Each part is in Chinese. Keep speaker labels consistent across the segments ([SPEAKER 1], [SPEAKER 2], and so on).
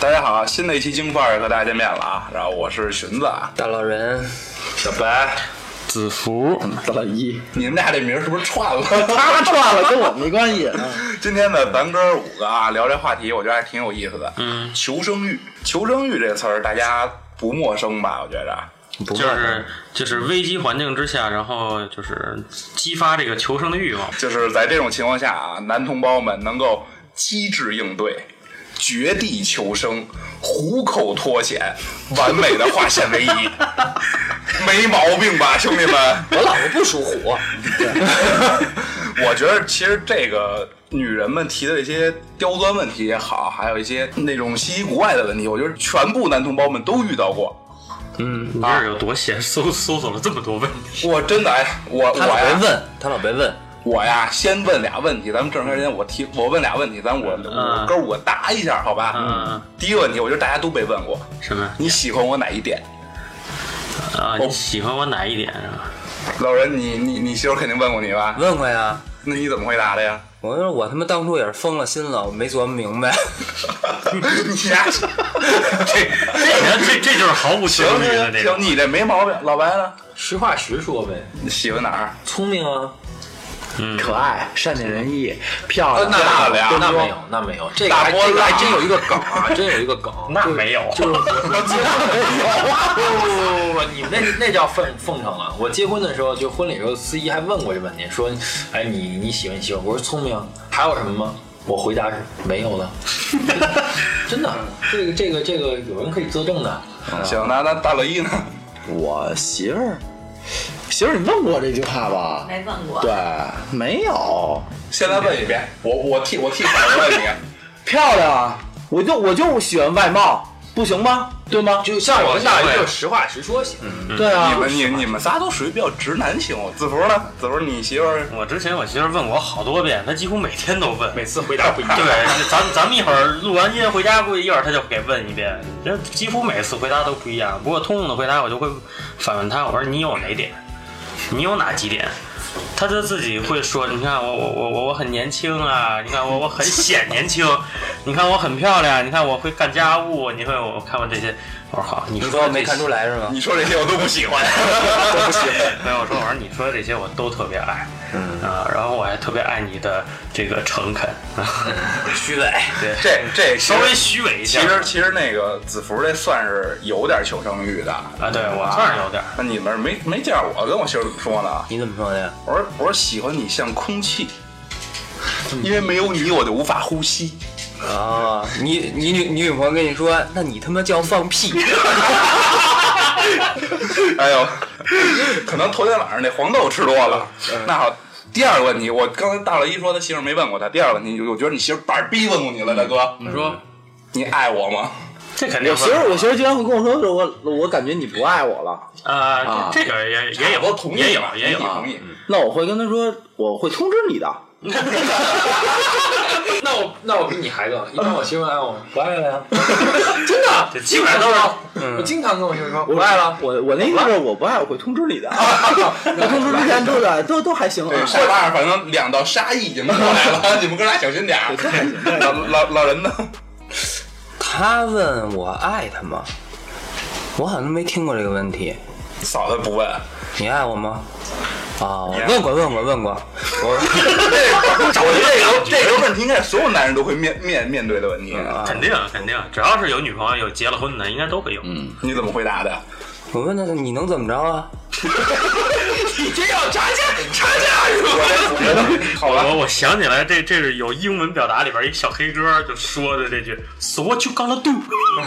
[SPEAKER 1] 大家好，新的一期京范儿和大家见面了啊！然后我是荀子，啊，
[SPEAKER 2] 大老人，
[SPEAKER 1] 小白，
[SPEAKER 3] 子服，
[SPEAKER 2] 大老一，
[SPEAKER 1] 你们俩这名儿是不是串了？
[SPEAKER 2] 他串了，跟我没关
[SPEAKER 4] 啊
[SPEAKER 2] 系。
[SPEAKER 1] 今天呢，咱哥五个啊聊这话题，我觉得还挺有意思的。嗯，求生欲，求生欲这个词儿大家不陌生吧？我觉着。
[SPEAKER 2] 不
[SPEAKER 3] 就
[SPEAKER 2] 怕
[SPEAKER 3] 是就是危机环境之下，然后就是激发这个求生的欲望。
[SPEAKER 1] 就是在这种情况下啊，男同胞们能够机智应对，绝地求生，虎口脱险，完美的化险为夷， 没毛病吧，兄弟们？
[SPEAKER 2] 我老婆不属虎，
[SPEAKER 1] 我觉得其实这个女人们提的一些刁钻问题也好，还有一些那种稀奇古怪的问题，我觉得全部男同胞们都遇到过。
[SPEAKER 3] 你这是有多闲？搜搜索了这么多问题，
[SPEAKER 1] 我真的哎，我我
[SPEAKER 2] 他老别
[SPEAKER 1] 呀，
[SPEAKER 2] 问，他老别问，
[SPEAKER 1] 我呀，先问俩问题，咱们正常时间我提，我问俩问题，咱我我
[SPEAKER 3] 嗯
[SPEAKER 1] 哥我答一下，好吧？
[SPEAKER 3] 嗯嗯
[SPEAKER 1] 第一个问题，我觉得大家都被问过，
[SPEAKER 3] 什么
[SPEAKER 1] 你喜欢我哪一点？
[SPEAKER 3] 啊？你喜欢我哪一点啊？
[SPEAKER 1] 老人，你你你媳妇肯定问过你吧？
[SPEAKER 2] 问过呀。
[SPEAKER 1] 那你怎么回答 的呀？
[SPEAKER 2] 我说我他妈当初也是疯了心了，我没琢磨明白。
[SPEAKER 1] 你呀，
[SPEAKER 3] 这这这这就是毫无求
[SPEAKER 1] 行
[SPEAKER 3] 生欲的
[SPEAKER 1] 行
[SPEAKER 3] 那
[SPEAKER 1] 行，
[SPEAKER 3] 种。
[SPEAKER 1] 你这没毛病。老白呢？
[SPEAKER 4] 实话实说呗，
[SPEAKER 1] 你喜欢哪儿？
[SPEAKER 4] 聪明啊，
[SPEAKER 3] 嗯
[SPEAKER 4] 可爱、善解人意、漂
[SPEAKER 1] 呃
[SPEAKER 4] 亮，
[SPEAKER 1] 那大不了
[SPEAKER 4] 那没有，那没有，这个
[SPEAKER 1] 大
[SPEAKER 4] 还
[SPEAKER 1] 波
[SPEAKER 4] 这个
[SPEAKER 1] 浪
[SPEAKER 4] 还真有一个梗啊，真有一个 梗，
[SPEAKER 3] 那没有，
[SPEAKER 4] 就是我我结婚，不不不不，你们那那叫奉奉承了。我结婚的时候，就婚礼时候，司仪还问过这问题，说，哎，你你喜欢你喜欢？我说聪明，还有什么吗？我回答是没有了， 真的，这个这个这个有人可以作证的。
[SPEAKER 3] 啊
[SPEAKER 1] 行，那那大乐一呢？
[SPEAKER 5] 我媳妇儿，媳妇儿，你问过这句话吧？
[SPEAKER 6] 没问过。
[SPEAKER 5] 对，没有。
[SPEAKER 1] 现在问一遍，我我替我替反问 你。
[SPEAKER 5] 漂亮啊，我就我就喜欢外貌，不行吗？对吗？
[SPEAKER 4] 就像我跟大鱼就实话实说行，
[SPEAKER 5] 对
[SPEAKER 1] 你
[SPEAKER 5] 啊，
[SPEAKER 1] 们你你们仨都属于比较直男型。子服呢？子服，你媳妇儿
[SPEAKER 3] 我之前我媳妇问我好多遍，她几乎每天都问。
[SPEAKER 4] 每次回答不一样。
[SPEAKER 3] 对，咱咱们一会儿录完音回家，估计一会儿她就给问一遍。这几乎每次回答都不一样，不过通用的回答我就会反问她，我说你有哪点？你有哪几点？她就自己会说，你看我我我我我很年轻啊，你看我我很显年轻，你看我很漂亮，你看我会干家务，你看我我看我这些，我说好，你
[SPEAKER 2] 你
[SPEAKER 3] 说
[SPEAKER 2] 说
[SPEAKER 3] 的
[SPEAKER 2] 我没
[SPEAKER 3] 这
[SPEAKER 2] 看
[SPEAKER 3] 些
[SPEAKER 2] 出来是吗？
[SPEAKER 1] 啊你说这些我都不喜欢，
[SPEAKER 3] 都不喜欢。没有， 我说我说你说的这些我都特别爱，嗯啊，然后我还特别爱你的这个诚恳，虚伪， 对，
[SPEAKER 1] 这 这
[SPEAKER 3] 稍微虚伪一
[SPEAKER 1] 其
[SPEAKER 3] 下。
[SPEAKER 1] 实其实那个子服这算是有点求生欲的啊
[SPEAKER 3] 啊，对我算是有点儿。
[SPEAKER 1] 那你们没没见我跟我媳妇儿怎么说呢？
[SPEAKER 2] 你怎么说的呀？
[SPEAKER 1] 我说我说喜欢你像空气，因为没有你我就无法呼 吸。
[SPEAKER 2] 啊，你你女你女朋友跟你说，那你他妈叫放屁！
[SPEAKER 1] 哎呦，可能头天晚上那黄豆吃多了。
[SPEAKER 3] 嗯
[SPEAKER 1] 那好，第二个问题，我刚才大老一说他媳妇儿没问过他。第二个问题，我觉得你媳妇儿板儿逼问过你了，大哥，
[SPEAKER 3] 嗯
[SPEAKER 4] 你说
[SPEAKER 1] 你爱我吗？
[SPEAKER 3] 这肯定
[SPEAKER 5] 我
[SPEAKER 3] 问
[SPEAKER 5] 媳妇儿，我媳妇儿经常会跟我说，我我感觉你不爱我了。
[SPEAKER 3] 啊，这这个也也有
[SPEAKER 1] 啊同意啊
[SPEAKER 3] 也有
[SPEAKER 1] 吧
[SPEAKER 3] 也有啊
[SPEAKER 1] 你，
[SPEAKER 3] 嗯
[SPEAKER 1] 同意。
[SPEAKER 5] 那我会跟她说，我会通知你的。
[SPEAKER 4] 那我那我比你还更，一般我媳妇爱我不爱了呀，真的，
[SPEAKER 3] 这啊基本上都是
[SPEAKER 4] 我经常跟我媳妇说
[SPEAKER 5] 我
[SPEAKER 4] 不爱了，
[SPEAKER 5] 我我那意思是我不爱，我会通知 你的。我通知之前都的都都还行啊
[SPEAKER 1] 对，，沙发上反正两道沙溢已经过来 了，你们哥俩小心点儿。老老老人呢？
[SPEAKER 2] 他问我爱他吗？我好像没听过这个问题。
[SPEAKER 1] 嫂子不问，
[SPEAKER 2] 你爱我吗？啊，我
[SPEAKER 1] 你爱
[SPEAKER 2] 问过问过问过，我
[SPEAKER 1] 这个这个这个问题应该是所有男人都会面面面对的问题。
[SPEAKER 4] 嗯
[SPEAKER 3] 肯定肯定，只要是有女朋友有结了婚的，应该都会有。嗯，
[SPEAKER 1] 你怎么回答的？
[SPEAKER 2] 我问他你能怎么着啊？
[SPEAKER 4] 啊
[SPEAKER 1] 好了，
[SPEAKER 3] 我我想起来，这这是有英文表达里边一小黑哥就说的这句，So what you gonna do？
[SPEAKER 4] 嗯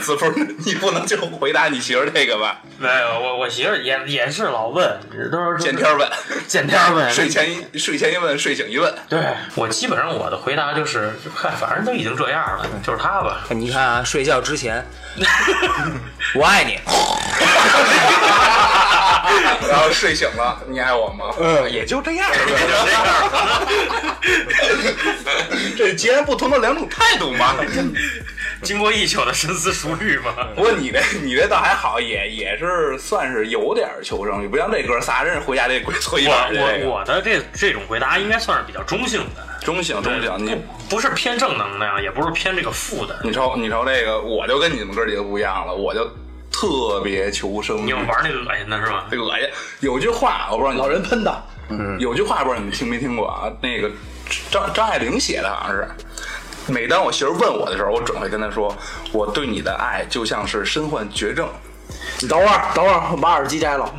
[SPEAKER 1] 子枫，你不能就回答你媳妇儿这个吧？
[SPEAKER 3] 没有，我我媳妇儿也也是老问，都是
[SPEAKER 1] 见天儿问，
[SPEAKER 3] 见天儿
[SPEAKER 4] 嗯
[SPEAKER 3] 问。
[SPEAKER 1] 睡前一睡前一问，睡醒一问。
[SPEAKER 3] 对我基本上我的回答就是，嗨，反正都已经这样了，就是他吧。
[SPEAKER 2] 你看啊，睡觉之前，我爱你。
[SPEAKER 1] 然后睡醒了，你爱我吗？嗯，也就这样儿呗。 这截然不同的两种态度嘛。
[SPEAKER 3] 经过一宿的深思熟虑嘛，
[SPEAKER 1] 不过你这你这倒还好，也也是算是有点儿求生欲，不像这哥仨真是回家得跪搓衣板儿
[SPEAKER 3] 我
[SPEAKER 1] 这
[SPEAKER 3] 我
[SPEAKER 1] 个。
[SPEAKER 3] 我的这这种回答应该算是比较中性的，哎
[SPEAKER 1] 中性中性，你
[SPEAKER 3] 不是偏正能量，也不是偏这个负的，
[SPEAKER 1] 你瞅你瞅这个，我就跟你们哥几个不一样了，我就特别求生
[SPEAKER 3] 你
[SPEAKER 1] 欲，
[SPEAKER 3] 们玩那恶心的是吗？
[SPEAKER 1] 这恶心。有句话我不知道你嗯
[SPEAKER 5] 老人喷的，
[SPEAKER 1] 有句话不知道你们听没听过啊？那个张张爱玲写的，好像是。每当我媳妇问我的时候，我准会跟她说：“我对你的爱就像是身患绝症。
[SPEAKER 5] 你等会儿，等会儿，我把耳机摘了。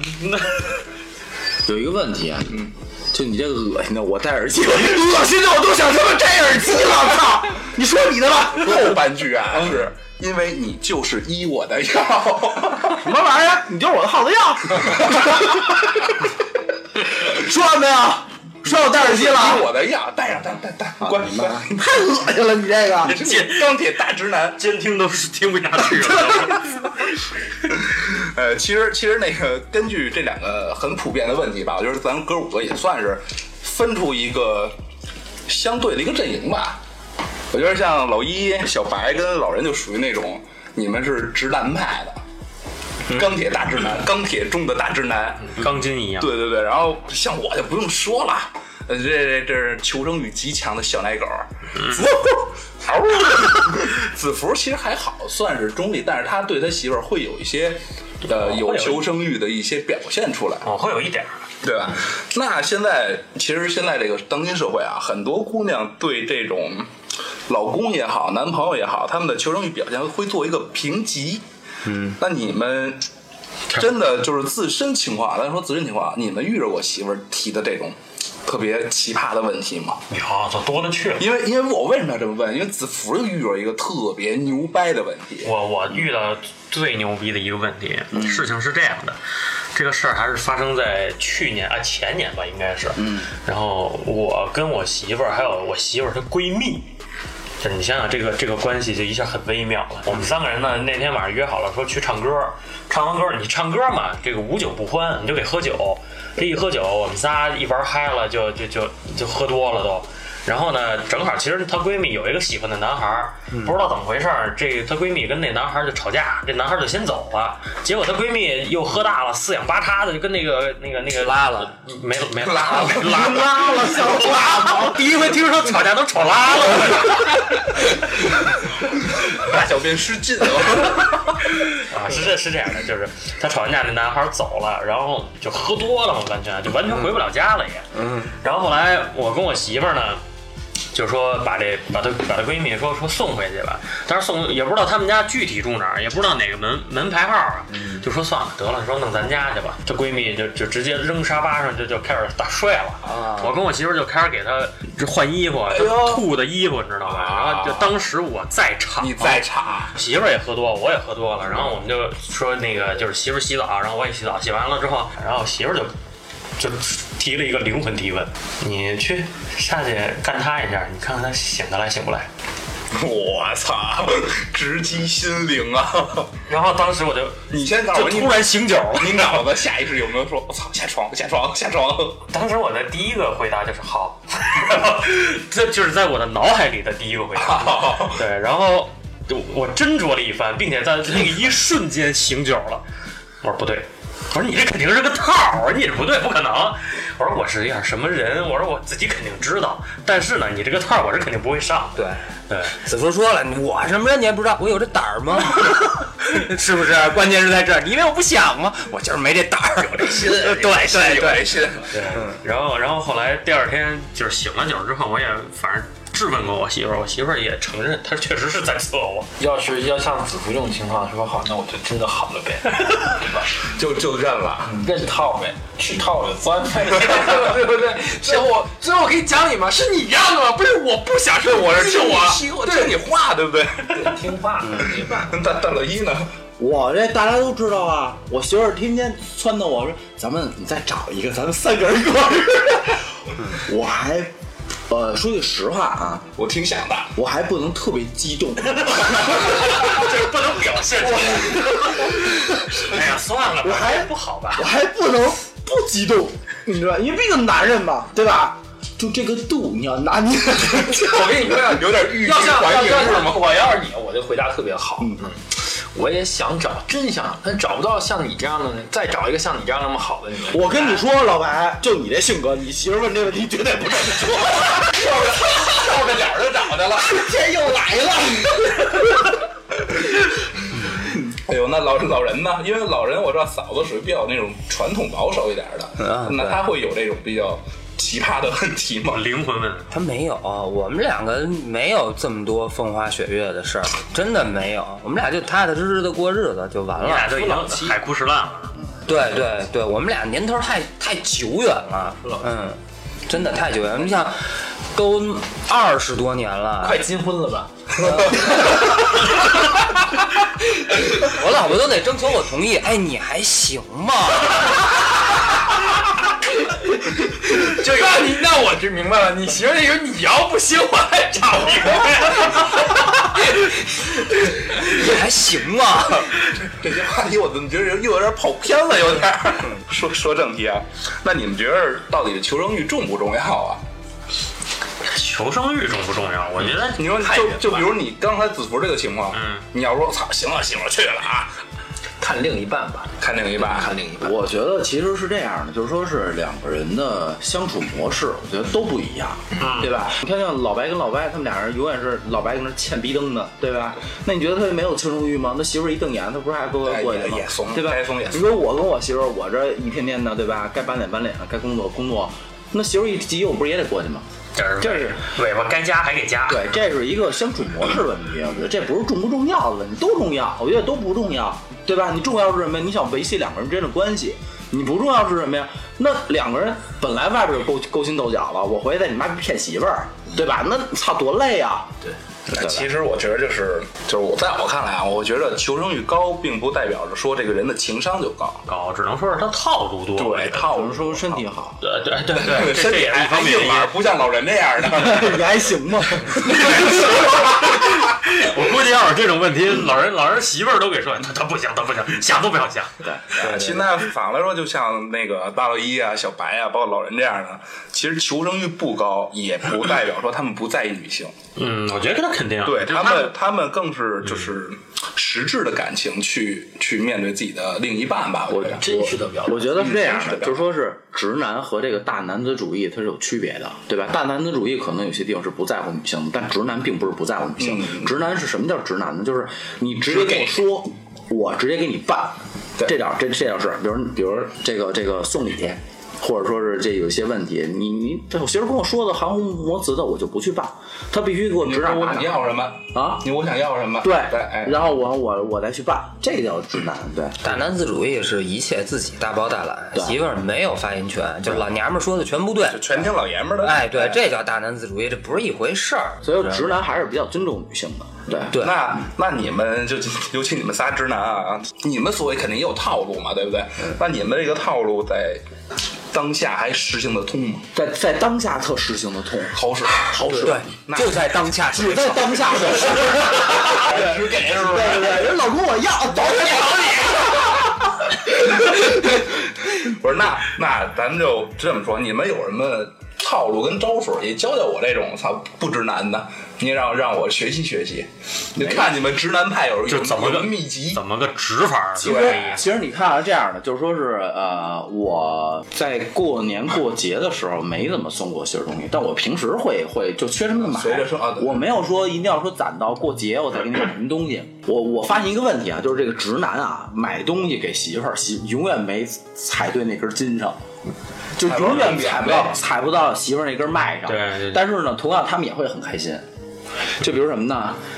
[SPEAKER 6] 有一个问题啊，嗯，就你这个恶心的，我戴耳 机，
[SPEAKER 5] 恶心的我都想他妈摘耳机了， 操！你说你的吧，”
[SPEAKER 1] 后半句啊，是因为你就是医我的药。
[SPEAKER 5] 什么玩意儿？你就是我的耗子 药。说完没有？说我戴耳机
[SPEAKER 1] 医
[SPEAKER 5] 了，
[SPEAKER 1] 我的药，戴上戴戴戴，关关。
[SPEAKER 5] 太恶心了，你这个。
[SPEAKER 1] 你 是你钢铁大直男。
[SPEAKER 3] 监听都是听不下去了。
[SPEAKER 1] 呃，其实其实那个根据这两个很普遍的问题吧，我觉得咱哥五个也算是分出一个相对的一个阵营吧。我觉得像老一、小白跟老人就属于那种你们是直男派的，钢铁大直男，钢铁中的大直男。
[SPEAKER 3] 钢筋一样，
[SPEAKER 1] 对对对，然后像我就不用说了，呃，这这这是求生欲极强的小奶狗，子服，嗷子服其实还好，算是中立，但是他对他媳妇儿会有一些，呃，有求生欲的一些表现出来，
[SPEAKER 3] 我会有一点儿，
[SPEAKER 1] 对吧？那现在其实现在这个当今社会啊，很多姑娘对这种老公也好，男朋友也好，他们的求生欲表现会做一个评级。嗯，那你们真的就是自身情况，咱说自身情况，你们遇着过媳妇儿提的这种特别奇葩的问题吗？
[SPEAKER 3] 有都多了去了。
[SPEAKER 1] 因为因为我为什么要这么问？因为子福遇着一个特别牛掰的问题。
[SPEAKER 3] 我我遇到最牛逼的一个问题，
[SPEAKER 1] 嗯
[SPEAKER 3] 事情是这样的，这个事儿还是发生在去年啊前年吧，应该是。嗯。然后我跟我媳妇儿还有我媳妇儿她闺蜜。就你想想，这个这个关系就一下很微妙了。我们三个人呢，那天晚上约好了说去唱歌，唱完歌你唱歌嘛，这个无酒不欢，你就得喝酒。这一喝酒，我们仨一玩嗨了，就就就就喝多了都。然后呢，正好其实她闺蜜有一个喜欢的男孩儿，不知道怎么回事儿，这她闺蜜跟那男孩儿就吵架，这男孩儿就先走了。结果她闺蜜又喝大了，四仰八叉的就跟那个那个那个拉了，没没拉了拉拉了，小拉了，第一回听说吵架都吵拉 了。
[SPEAKER 1] 大小便失禁了，
[SPEAKER 3] 啊，是这是这样的，就是他吵完架，那男孩走了，然后就喝多了嘛，完全就完全回不了家了也。嗯。然后后来我跟我媳妇儿呢，就说把这把她把她闺蜜说说送回去吧，但是送也不知道他们家具体住哪儿，也不知道哪个门门牌号啊，就说算了得了，说弄咱家去吧。这闺蜜就就直接扔沙发上就就开始大睡了。我跟我媳妇儿就开始给她就换衣服，啊就吐的衣服，你知道吧？然后就当时我在 场，
[SPEAKER 1] 你在场，
[SPEAKER 3] 媳妇儿也喝多，我也喝多了，然后我们就说那个就是媳妇儿洗澡，然后我也洗澡，洗完了之后，然后媳妇儿就就提了一个灵魂提问：你去下去干他一下，你看看他醒得来醒不来？
[SPEAKER 1] 我操，直击心灵啊！
[SPEAKER 3] 然后当时我就
[SPEAKER 1] 你先告诉
[SPEAKER 3] 就
[SPEAKER 1] 我，你
[SPEAKER 3] 突然醒酒了。
[SPEAKER 1] 你脑子下意识有没有说“我操，下床，下床，下 床
[SPEAKER 3] 当时我的第一个回答就是好， 这就是在我的脑海里的第一个回答。 对，然后就我斟酌了一番，并且在那个一瞬间醒酒了。我说不对，我说你这肯定是个套儿，我说你这不对，不可能。我说我是一样什么人？我说我自己肯定知道，但是呢，你这个套儿我是肯定不会上的。对
[SPEAKER 2] 子福说了，我什么人你还不知道？我有这胆儿吗？是不是？关键是在这儿，你以为我不想吗？我就是没这胆儿，有这心。对对对，
[SPEAKER 1] 对，心。
[SPEAKER 3] 对，然后然后后来第二天就是醒了酒之后，我也反正质问过我媳妇儿，我媳妇儿也承认，她确实是在测我。
[SPEAKER 4] 要是要像子服这种情况，说好，那我就真的好了呗，对吧？
[SPEAKER 1] 就就认 了。
[SPEAKER 4] 认套呗，吃套了，钻呗，对不对？
[SPEAKER 5] 这我这我可以讲你吗？是你让的吗？不是，我不想睡，我
[SPEAKER 1] 是听我，听你话，对不对？
[SPEAKER 4] 听话了，对吧？
[SPEAKER 1] 大大老一呢？
[SPEAKER 6] 我这大家都知道啊，我媳妇儿天天撺掇我说，咱们你再找一个，咱们三个人过 日。我还，呃，说句实话啊，
[SPEAKER 1] 我挺想的。
[SPEAKER 6] 我还不能特别激动，
[SPEAKER 3] 就是不能表现出来。 哎呀，算了吧，
[SPEAKER 5] 我还
[SPEAKER 3] 这不好吧
[SPEAKER 5] 我？还不能不激动，你知道，因为毕竟男人嘛，对吧？
[SPEAKER 6] 就这个度你要拿捏。
[SPEAKER 1] 我跟你说，有点欲拒
[SPEAKER 4] 要像
[SPEAKER 1] 还
[SPEAKER 4] 要
[SPEAKER 1] 迎
[SPEAKER 4] 要
[SPEAKER 1] 是吗？
[SPEAKER 4] 我要是你，我就回答特别好。嗯，我也想找，真想，但找不到像你这样的，再找一个像你这样那么好的女人。
[SPEAKER 6] 我跟你说，老白，就你这性格，你媳妇问这问题绝对不这么说，
[SPEAKER 1] 照着点儿就找着了。
[SPEAKER 6] 这又来了。
[SPEAKER 1] 哎呦，那老老人呢？因为老人我知道嫂子属于比较那种传统保守一点的，那他会有这种比较奇葩的问题吗？
[SPEAKER 3] 灵魂问，
[SPEAKER 2] 他没有，我们两个没有这么多风花雪月的事儿，真的没有。我们俩就踏踏实实的过日子就完
[SPEAKER 3] 你俩
[SPEAKER 2] 了。
[SPEAKER 3] 都已经海枯石烂了。
[SPEAKER 2] 对对对，我们俩年头太太久远了，嗯，真的太久远了。你想，都二十多年了，
[SPEAKER 4] 快金婚了吧？
[SPEAKER 2] 我老婆都得征求我同意。哎，你还行吗？
[SPEAKER 4] 这个，那你那我就明白了，你媳妇那时候你要不行，我还找一个。
[SPEAKER 2] 你还行吗？
[SPEAKER 1] 这些话题我怎么觉得又有点跑偏了，有点儿。 说说正题啊，那你们觉得到底求生欲重不重要啊？
[SPEAKER 3] 求生欲重不重要？我觉得
[SPEAKER 4] 嗯
[SPEAKER 1] 你说
[SPEAKER 3] 太
[SPEAKER 1] 就就比
[SPEAKER 3] 远
[SPEAKER 1] 如
[SPEAKER 3] 了
[SPEAKER 1] 你刚才子服这个情况，
[SPEAKER 3] 嗯
[SPEAKER 1] 你要说操，行了行了，去了啊，
[SPEAKER 4] 看另一半吧，
[SPEAKER 1] 看另一半，
[SPEAKER 4] 看另一半。
[SPEAKER 6] 我觉得其实是这样的，就是说是两个人的相处模式，我觉得都不一样，对吧？你看像老白跟老歪，他们俩人永远是老白跟那欠逼瞪的，对吧？那你觉得他没有求生欲吗？他媳妇儿一瞪眼，他不是还乖
[SPEAKER 1] 哎
[SPEAKER 6] 乖过去了吗？
[SPEAKER 1] 也也怂
[SPEAKER 6] 对吧？
[SPEAKER 1] 该怂也怂
[SPEAKER 6] 你说我跟我媳妇儿，我这一天天的，对吧？该板脸板脸，该工作工作，那媳妇儿一急，我不是也得过去吗？
[SPEAKER 3] 这
[SPEAKER 6] 这
[SPEAKER 3] 是
[SPEAKER 6] 是
[SPEAKER 3] 尾巴该夹还给夹。
[SPEAKER 6] 对，这是一个相处模式问题，我觉得这不是重不重要的问题，都重要，我觉得都不重要，对吧？你重要是什么呀？你想维系两个人之间的关系，你不重要是什么呀？那两个人本来外边就勾勾心斗角了，我回去再你妈逼骗媳妇儿，对吧？那操多累啊！
[SPEAKER 1] 那其实我觉得就是就是我在我看来啊，我觉得求生欲高，并不代表着说这个人的情商就高，
[SPEAKER 3] 哦，只能说是他套路多。，
[SPEAKER 1] 对，套
[SPEAKER 6] 我
[SPEAKER 1] 路
[SPEAKER 6] 们说身体好
[SPEAKER 3] 对对对 对，
[SPEAKER 1] 身
[SPEAKER 3] 这
[SPEAKER 1] 体
[SPEAKER 3] 也是
[SPEAKER 1] 还还
[SPEAKER 3] 一方面
[SPEAKER 1] 硬啊
[SPEAKER 3] 原因
[SPEAKER 1] 朗，。不像老人这样的。
[SPEAKER 6] 你还行吗？
[SPEAKER 3] 我 估计要有这种问题，老人老人媳妇儿都给说，他他不行，他不行，想都不要想。
[SPEAKER 1] 对，现在反过来说，就像那个大老一啊、小白啊，包括老人这样的，其实求生欲不高，也不代表说他们不在意女性。
[SPEAKER 3] 嗯，我觉得那肯定。
[SPEAKER 1] 对
[SPEAKER 3] 就是
[SPEAKER 1] 他们，他们更是就是实质的感情去去面对自己的另一半吧。我觉得
[SPEAKER 4] 真实的表达
[SPEAKER 6] 啊我。觉得是这样
[SPEAKER 1] 嗯是
[SPEAKER 6] 的，
[SPEAKER 1] 的
[SPEAKER 6] 就是说是直男和这个大男子主义它是有区别的，对吧？大男子主义可能有些地方是不在乎女性的，但直男并不是不在乎女性。
[SPEAKER 1] 嗯
[SPEAKER 6] 直男是什么叫直男呢？就是你直接跟我说，我直接给你办。
[SPEAKER 1] 对
[SPEAKER 6] 这点儿这这点儿事儿，比如比如这个这个送礼。或者说是这有些问题，你你我媳妇跟我说的含糊模辞的，我就不去办，她必须给我
[SPEAKER 1] 你
[SPEAKER 6] 指
[SPEAKER 1] 说
[SPEAKER 6] 哪
[SPEAKER 1] 我
[SPEAKER 6] 打
[SPEAKER 1] 想
[SPEAKER 6] 哪
[SPEAKER 1] 要什么？
[SPEAKER 6] 啊。
[SPEAKER 1] 你我想要什么？
[SPEAKER 6] 对
[SPEAKER 1] 对，哎，，
[SPEAKER 6] 然后我我我再去办，这叫直男，对。
[SPEAKER 2] 大男子主义是一切自己大包大
[SPEAKER 6] 对
[SPEAKER 2] 揽，媳妇儿没有发言权，就老娘们儿说的全不对
[SPEAKER 1] 就。全听老爷们儿的。
[SPEAKER 2] 哎，对，这叫大男子主义，这不是一回事儿。
[SPEAKER 6] 所
[SPEAKER 1] 啊
[SPEAKER 6] 以直男还是比较尊重女性的，对对
[SPEAKER 2] 对
[SPEAKER 1] 那那你们就 尤其你们仨直男啊，你们所谓肯定也有套路嘛，对不对？那你们这个套路在当下还实行得通吗？
[SPEAKER 6] 在在当下特实行的痛，
[SPEAKER 1] 好使，好使，那
[SPEAKER 2] 对，就在当下，
[SPEAKER 6] 只在当下特实，
[SPEAKER 1] 只给是不
[SPEAKER 6] 对
[SPEAKER 1] 是？
[SPEAKER 6] 对对，人老公我要，走你
[SPEAKER 1] 不是，那那咱们就这么说，你们有什么套路跟招数，也教教我这种操不直男的，你也让让我学习学习。你看你们直男派有
[SPEAKER 3] 就
[SPEAKER 1] 有
[SPEAKER 3] 怎么
[SPEAKER 1] 有
[SPEAKER 3] 个
[SPEAKER 1] 秘籍？
[SPEAKER 3] 怎么个指法儿？
[SPEAKER 6] 其实其实你看啊，这样的就是说是呃，我在过年过节的时候没怎么送过媳妇儿东西，但我平时会会就缺什么就买。
[SPEAKER 1] 随着说啊对
[SPEAKER 6] 我没有说一定要说攒到过节我才给你买什么东西。我我发现一个问题啊，就是这个直男啊，买东西给媳妇儿，媳永远没踩对那根筋上。就永远踩不到踩不到媳妇儿那根脉上，
[SPEAKER 3] 对对对
[SPEAKER 6] 但是呢，同样他们也会很开心。就比如什么呢？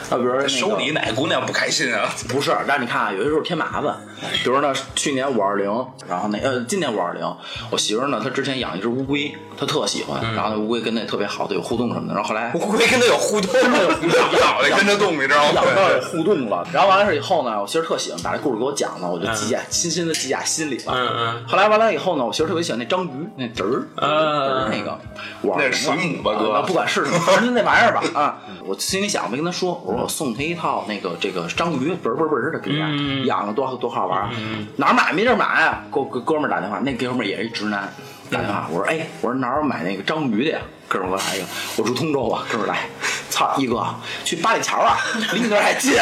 [SPEAKER 6] 啊，比如说那个
[SPEAKER 1] 手里哪个姑娘不开心啊？
[SPEAKER 6] 不是，但你看啊，有些时候添麻烦。比如呢，去年五二零，然后那呃，今年五二零，我媳妇儿呢，她之前养一只乌龟，她特喜欢，然后那乌龟跟那特别好，的有嗯互动什么的。然后后来
[SPEAKER 2] 乌龟跟他 有互动，
[SPEAKER 1] 脑脑袋跟着动，你知道吗
[SPEAKER 6] 养？到有互动了，然后完了事以后呢，我媳妇儿特喜欢，把这故事给我讲了，我就记在深深的记在心里了。
[SPEAKER 3] 嗯嗯，
[SPEAKER 6] 后来完了以后呢，我媳妇儿特别喜欢那章鱼，那嘚嗯儿，嘚儿那个，我
[SPEAKER 1] 那是水母吧
[SPEAKER 6] 啊
[SPEAKER 1] 哥
[SPEAKER 6] 那不管是什么，反正就那玩意儿吧啊！我心里想没跟他说，我说我送他一套那个这个章鱼，嘣儿嘣儿嘣儿的给人家、啊
[SPEAKER 1] 嗯
[SPEAKER 6] 养了多好多好玩儿，哪儿买没地儿买啊？给我给哥们儿打电话，那哥们儿也是一直男，打电话我说哎，我说哪儿有买那个章鱼的呀？哥们儿给我来一个，我住通州啊，哥们儿来，操一哥去八里桥啊，离你那儿还近，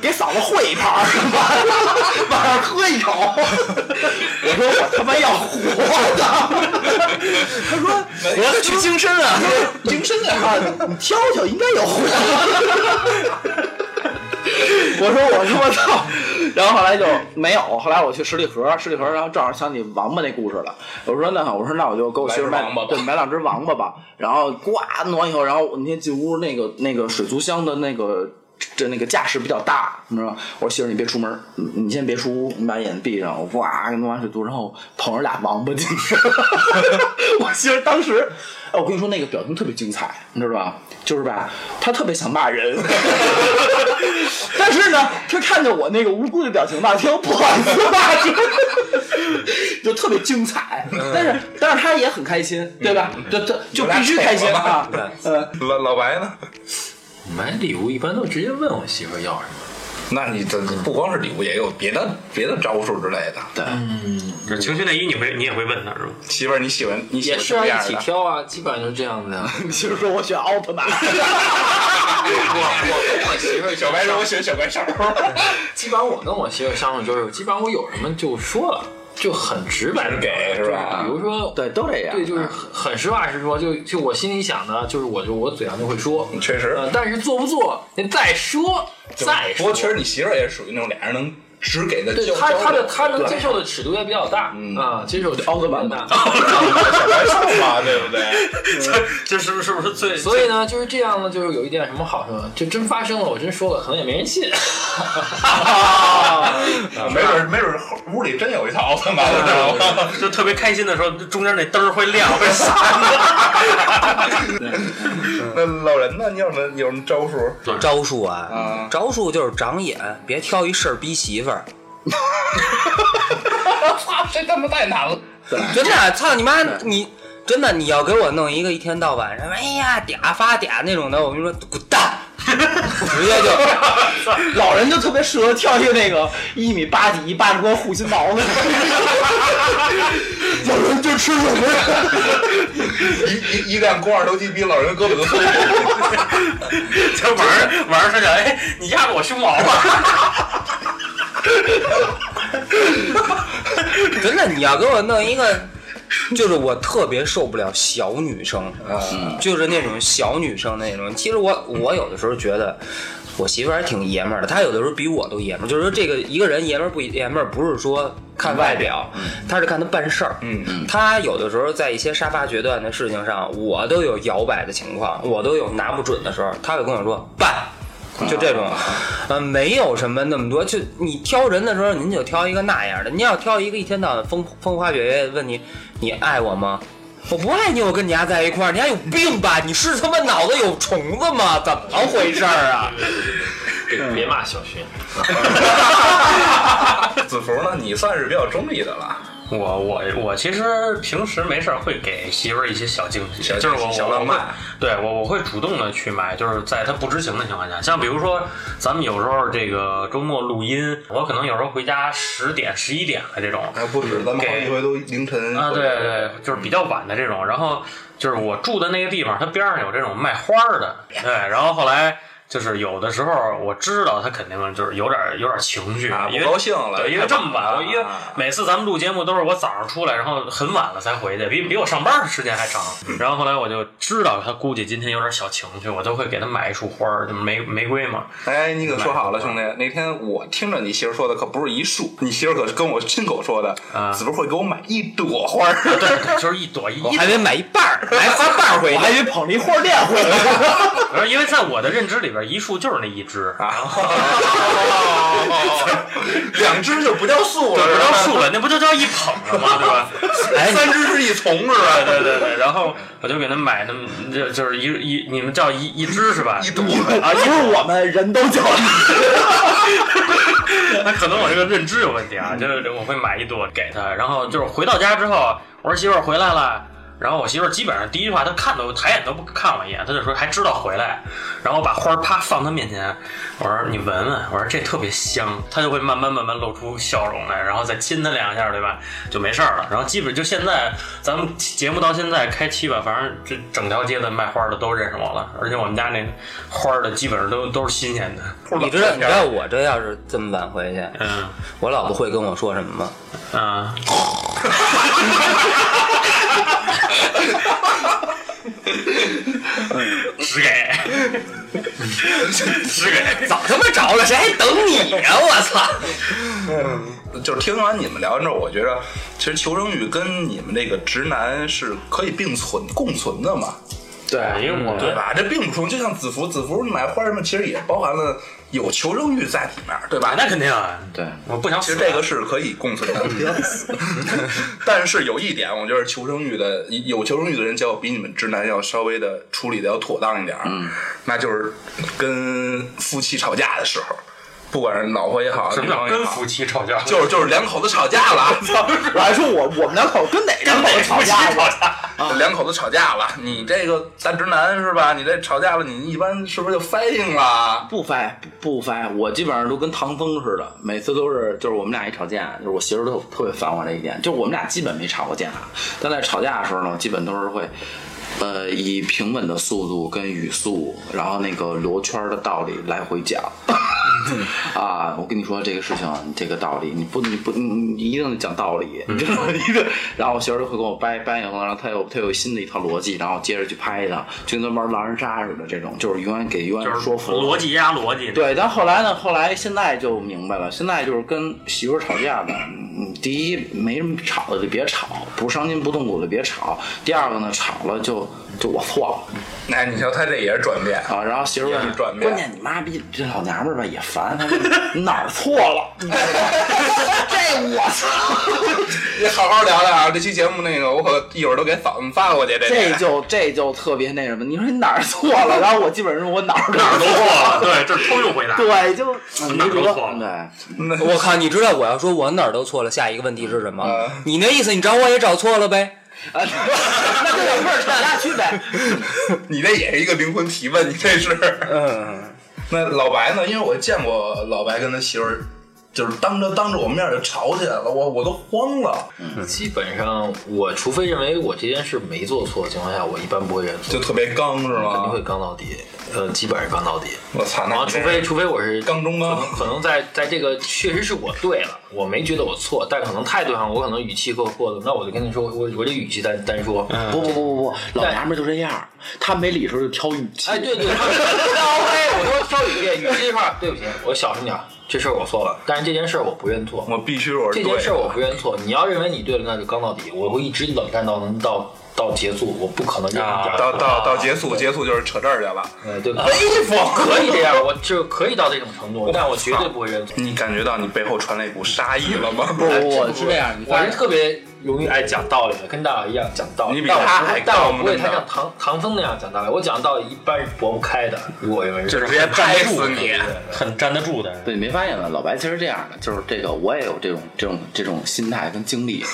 [SPEAKER 6] 给嫂子会一盘儿，晚上喝一口。 我说我他妈要活的，他说
[SPEAKER 2] 我要去精深啊！
[SPEAKER 6] 精深的话，你挑挑应该有活我说我说我操，然后后来就没有，后来我去十里河，十里河，然后正好想起王八那故事了。我说那我说那我就给我媳妇买
[SPEAKER 1] 买只王八吧
[SPEAKER 6] 对买两只王八吧，然后呱弄完以后，然后那天进屋那个那个水族箱的那个。这那个架势比较大，你知道吗？我说媳妇儿，你别出门，你你先别出屋，你把眼闭上。我哇，弄完水族，然后捧着俩王八进去。 我媳妇儿当时，哎，我跟你说那个表情特别精彩，你知道吧？就是吧，她特别想骂人， 但是呢，他看着我那个无辜的表情吧，他又不好意思骂出来， 就特别精彩。但是，但是他也很开心，对吧？就就就必须开心啊！ 呃，
[SPEAKER 1] 老老白呢？
[SPEAKER 4] 买礼物一般都直接问我媳妇儿要什么。
[SPEAKER 1] 那你这不光是礼物，也有别的别的招数之类的。
[SPEAKER 6] 对，
[SPEAKER 3] 情趣内衣你会你也会问他是吧？
[SPEAKER 1] 媳妇儿，你喜欢你喜
[SPEAKER 4] 也
[SPEAKER 1] 欢
[SPEAKER 4] 是
[SPEAKER 1] 什么
[SPEAKER 4] 啊，
[SPEAKER 1] 样
[SPEAKER 4] 一起
[SPEAKER 1] 的？
[SPEAKER 4] 挑啊，基本上就是这样子啊。
[SPEAKER 6] 你是说我选奥特曼？
[SPEAKER 4] 我我媳妇儿
[SPEAKER 1] 小白说：“我喜欢小白勺。
[SPEAKER 4] 基本上我跟我媳妇相处就是，基本上我有什么就说了，就很直白的
[SPEAKER 1] 给是吧
[SPEAKER 4] 比如说，
[SPEAKER 6] 对，都这样。
[SPEAKER 4] 对，就是很很实话实说，就就我心里想的，就是我就我嘴上就会说，
[SPEAKER 1] 确实
[SPEAKER 4] 呃但是做不做，你再说再
[SPEAKER 1] 不
[SPEAKER 4] 说
[SPEAKER 1] 过，确实你媳妇儿也属于那种俩人能只给的
[SPEAKER 4] 对
[SPEAKER 1] 交
[SPEAKER 4] 他
[SPEAKER 1] 交
[SPEAKER 4] 他的
[SPEAKER 1] 流
[SPEAKER 4] 他能接受的尺度也比较大啊，接受
[SPEAKER 6] 奥特曼
[SPEAKER 4] 的
[SPEAKER 6] 吧，
[SPEAKER 1] 小白勺嘛，对不对？
[SPEAKER 3] 这是不是不是最
[SPEAKER 4] 所以呢就是这样呢，就是有一点什么好处呢，就真发生了，我真说了，可能也没人 信。
[SPEAKER 1] 啊没准儿没准儿后屋里真有一套奥特曼，知道吗？
[SPEAKER 3] 就特别开心的时候，中间那灯儿会亮会闪。
[SPEAKER 1] 那老人呢？你有什么有什么招数？
[SPEAKER 2] 招数啊，招数就是长眼，别挑一事儿逼媳妇 儿。操，这他妈太难了！真的，操你妈！你真的你要给我弄一个一天到晚什么哎呀嗲发嗲那种的，我跟你说滚蛋， 直接就。
[SPEAKER 6] 老人就特别适合跳一个那个一米八几一巴掌光护心毛 的，老人就吃什么
[SPEAKER 1] 一一一辆肱二头肌比老人胳膊都粗。
[SPEAKER 3] 这晚上晚上他讲，哎，你压着我胸毛啊吧？
[SPEAKER 2] 真的，你要给我弄一个，就是我特别受不了小女生，就是那种小女生那种。其实我我有的时候觉得。我媳妇儿还挺爷们儿的，她有的时候比我都爷们儿。就是说，这个一个人爷们儿不爷们儿，不是说看外表，她是看她办事儿。嗯嗯，她有的时候在一些杀伐决断的事情上，我都有摇摆的情况，我都有拿不准的时候，她会跟我说办，就这种，呃，没有什么那么多。就你挑人的时候，您就挑一个那样的。您要挑一个一天到晚风风花雪月，问你你爱我吗？我不爱你，我跟你丫在一块儿，你丫有病吧？你是他妈脑子有虫子吗？怎么回事儿啊？
[SPEAKER 4] 别骂小薰，
[SPEAKER 1] 子福呢？你算是比较中立的了，
[SPEAKER 3] 我我我其实平时没事儿会给媳妇儿一些小惊喜，
[SPEAKER 1] 小
[SPEAKER 3] 就是我
[SPEAKER 1] 小
[SPEAKER 3] 我
[SPEAKER 1] 浪漫
[SPEAKER 3] 我会对我我会主动的去买，就是在她不知情的情况下，像比如说咱们有时候这个周末录音，我可能有时候回家十点十一点了这种，
[SPEAKER 1] 哎，不止，咱们好几回都凌晨
[SPEAKER 3] 嗯啊，对对，就是比较晚的这种。然后就是我住的那个地方，它边上有这种卖花儿的，对。然后后来就是有的时候我知道他肯定就是有点有点情绪，
[SPEAKER 1] 啊，不
[SPEAKER 3] 因为
[SPEAKER 1] 高兴了，
[SPEAKER 3] 对，因为这么晚，
[SPEAKER 1] 了
[SPEAKER 3] 我因为每次咱们录节目都是我早上出来，然后很晚了才回去，比比我上班的时间还长。然后后来我就知道他估计今天有点小情绪，我都会给他买一束花儿，就玫玫瑰嘛。
[SPEAKER 1] 哎，你可说好了，兄弟！那天我听着你媳妇说的可不是一束，你媳妇可是跟我亲口说的，
[SPEAKER 3] 啊
[SPEAKER 1] 子不会给我买一朵花儿。
[SPEAKER 3] 对，就是一朵一
[SPEAKER 2] 我还得买一半儿，买花瓣儿回
[SPEAKER 6] 我
[SPEAKER 2] 去。
[SPEAKER 6] 还以为捧了一花儿店回来。
[SPEAKER 3] 而因为在我的认知里边，一束就是那一只，啊
[SPEAKER 1] 两只就不叫素
[SPEAKER 3] 对，
[SPEAKER 1] 了，
[SPEAKER 3] 不
[SPEAKER 1] 是
[SPEAKER 3] 叫
[SPEAKER 1] 吧
[SPEAKER 3] 束了，那不就叫一捧了吗？对吧？
[SPEAKER 2] 哎，
[SPEAKER 1] 三只是一丛，是吧？
[SPEAKER 3] 对对对，然后我就给他买那么就就是一一你们叫一一只是吧？
[SPEAKER 1] 一朵
[SPEAKER 6] 啊，不是我们人都叫
[SPEAKER 3] 那可能我这个认知有问题啊，就是我会买一朵给他，然后就是回到家之后，我说媳妇儿回来了，然后我媳妇儿基本上第一句话，她看都抬眼都不看我一眼，她就说还知道回来。然后我把花儿啪放她面前，我说你闻闻，我说这特别香，她就会慢慢慢慢露出笑容来，然后再亲她两下，对吧？就没事儿了。然后基本就现在，咱们节目到现在开期吧，反正这整条街的卖花儿的都认识我了，而且我们家那花儿的基本上都都是新鲜的。
[SPEAKER 2] 你知道你知道我这要是这么晚回去，
[SPEAKER 3] 嗯
[SPEAKER 2] 我老婆会跟我说什么吗？
[SPEAKER 3] 嗯，只给。
[SPEAKER 2] 早他妈着了，谁还等你呀、我 操！
[SPEAKER 1] 就是听完你们聊完之后，我觉着其实求生欲跟你们这个直男是可以并存共存的嘛，
[SPEAKER 3] 对，因为我
[SPEAKER 1] 对吧？这并不冲，就像子服，子服买花什么，其实也包含了有求生欲在里面，对吧？
[SPEAKER 3] 那肯定啊，
[SPEAKER 4] 对，
[SPEAKER 3] 我不想
[SPEAKER 1] 其
[SPEAKER 3] 死
[SPEAKER 1] 实
[SPEAKER 3] 啊。
[SPEAKER 1] 这个是可以共存的， 但是有一点，我觉得求生欲的有求生欲的人，就要比你们直男要稍微的处理的要妥当一点。嗯，那就是跟夫妻吵架的时候，不管是老婆也好，
[SPEAKER 3] 什么
[SPEAKER 1] 女
[SPEAKER 3] 叫
[SPEAKER 1] 方也
[SPEAKER 3] 跟
[SPEAKER 1] 好
[SPEAKER 3] 夫，妻吵架？
[SPEAKER 1] 就是就是两口子吵架了，操
[SPEAKER 5] 我还说我我们两口跟哪两口子吵架了？
[SPEAKER 1] 两口子吵架了，你这个大直男是吧？你这吵架了，你一般是不是就翻应了？
[SPEAKER 6] 不翻不不翻，我基本上都跟唐僧似的，每次都是就是我们俩一吵架，就是我媳妇儿都特别烦我这一点，就是我们俩基本没吵过架，但在吵架的时候呢，我基本都是会。呃，以平稳的速度跟语速，然后那个罗圈的道理来回 讲。啊，我跟你说这个事情，这个道理，你不你不你你一定得讲道理，你 知道吗？一个，然后我媳妇儿就会跟我掰掰赢了，然后她有她有新的一套逻辑，然后接着去拍她，就跟玩狼人杀似的这种，就是永远给永远
[SPEAKER 3] 就是
[SPEAKER 6] 说服了
[SPEAKER 3] 逻辑压逻辑。，
[SPEAKER 6] 对，但后来呢？后来现在就明白了，现在就是跟媳妇儿吵架呢，嗯第一没什么吵的就别吵，不伤筋不动骨的别吵；第二个呢，吵了就就我错
[SPEAKER 1] 哎，你瞧他这也是转变，
[SPEAKER 3] 嗯
[SPEAKER 6] 了啊。然后媳妇儿
[SPEAKER 1] 也是
[SPEAKER 6] 问，
[SPEAKER 1] 转变
[SPEAKER 6] 关键你妈逼这老娘们儿吧也烦， 她说你哪儿错了？你知道吗这我操！
[SPEAKER 1] 你好好聊聊啊！这期节目那个，我可一会儿都给嫂子们发过去。这
[SPEAKER 6] 这就这就特别那什么，你说你哪儿错了？然后我基本上说我哪儿哪
[SPEAKER 3] 哪
[SPEAKER 6] 儿
[SPEAKER 3] 儿都错了。对，这是通用回答。
[SPEAKER 6] 对，就嗯
[SPEAKER 3] 哪儿都
[SPEAKER 6] 没辙
[SPEAKER 3] 错了
[SPEAKER 6] 对。
[SPEAKER 2] 我靠！你知道我要说我哪儿都错了，下一个问题是什么？你那意思，你找我也找错了呗？
[SPEAKER 6] 啊，那就两辈儿吵架去呗。
[SPEAKER 1] 你这也是一个灵魂提问，你这是。
[SPEAKER 2] 嗯，
[SPEAKER 1] 那老白呢？因为我见过老白跟他媳妇儿，就是当着当着我面就吵起来了，我我都慌了，
[SPEAKER 4] 基本上我除非认为我这件事没做错的情况下，我一般不会认错，
[SPEAKER 1] 就特别刚是
[SPEAKER 4] 肯定
[SPEAKER 1] 吗
[SPEAKER 4] 会？刚到底，呃，基本上刚到底。
[SPEAKER 1] 我操，
[SPEAKER 4] 然
[SPEAKER 1] 那你
[SPEAKER 4] 后嗯啊除
[SPEAKER 1] 这
[SPEAKER 4] 非除非我是
[SPEAKER 1] 刚中
[SPEAKER 4] 可
[SPEAKER 1] 刚
[SPEAKER 4] 能，可能在在这个确实是我对了，我没觉得我错，但可能态度上我可能语气或或者那我就跟你说，我我这语气单单说，
[SPEAKER 6] 嗯不不不不不，老娘们儿就这样儿，她没理的时候就挑语气。
[SPEAKER 4] 哎，对对，对我说稍语气，语气这块儿，对不起，我小声点儿，这事儿我错了，但是这件事儿我不认错，
[SPEAKER 1] 我必须我
[SPEAKER 4] 这
[SPEAKER 1] 是
[SPEAKER 4] 件
[SPEAKER 1] 对
[SPEAKER 4] 事儿
[SPEAKER 1] 的。
[SPEAKER 4] 我不认错。你要认为你对了，那就刚到底，我会一直冷战到能到到结束，我不可能认
[SPEAKER 3] 啊
[SPEAKER 4] 一点儿
[SPEAKER 1] 到到到结束，结束就是扯这儿去了。
[SPEAKER 4] 呃对，
[SPEAKER 1] 威风，
[SPEAKER 4] 可以这样，我就可以到这种程度，但我绝对不会认错。
[SPEAKER 1] 你感觉到你背后传来一股杀意了吗？不
[SPEAKER 6] 不我是这样，你
[SPEAKER 4] 我
[SPEAKER 6] 发
[SPEAKER 4] 是
[SPEAKER 6] 现
[SPEAKER 4] 特别容易爱讲道理的，跟大佬一样讲道理。
[SPEAKER 1] 你比
[SPEAKER 4] 但我
[SPEAKER 1] 他
[SPEAKER 4] 不会
[SPEAKER 1] 还
[SPEAKER 4] 但我不
[SPEAKER 1] 高
[SPEAKER 4] 会
[SPEAKER 1] 呢
[SPEAKER 4] 太像唐唐僧那样讲道理。我讲道理一般是驳不开的，如果认为
[SPEAKER 1] 就是直 接拍死你。
[SPEAKER 3] 很站得住的。
[SPEAKER 6] 对，你没发现吗？老白其实这样的，就是这个我也有这种这种这种心态跟经历，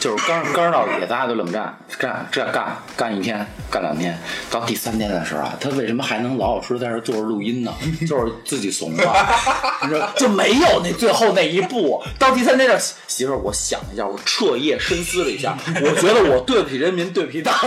[SPEAKER 6] 就是刚刚到底，咱俩就冷战，干这干干一天，干两天，到第三天的时候啊，他为什么还能老老实实在这坐着录音呢？就是自己怂了， 你知道就没有那最后那一步。到第三天这媳媳妇儿，我想一下，我彻夜深思了一下，我觉得我对不起人民，对不起党。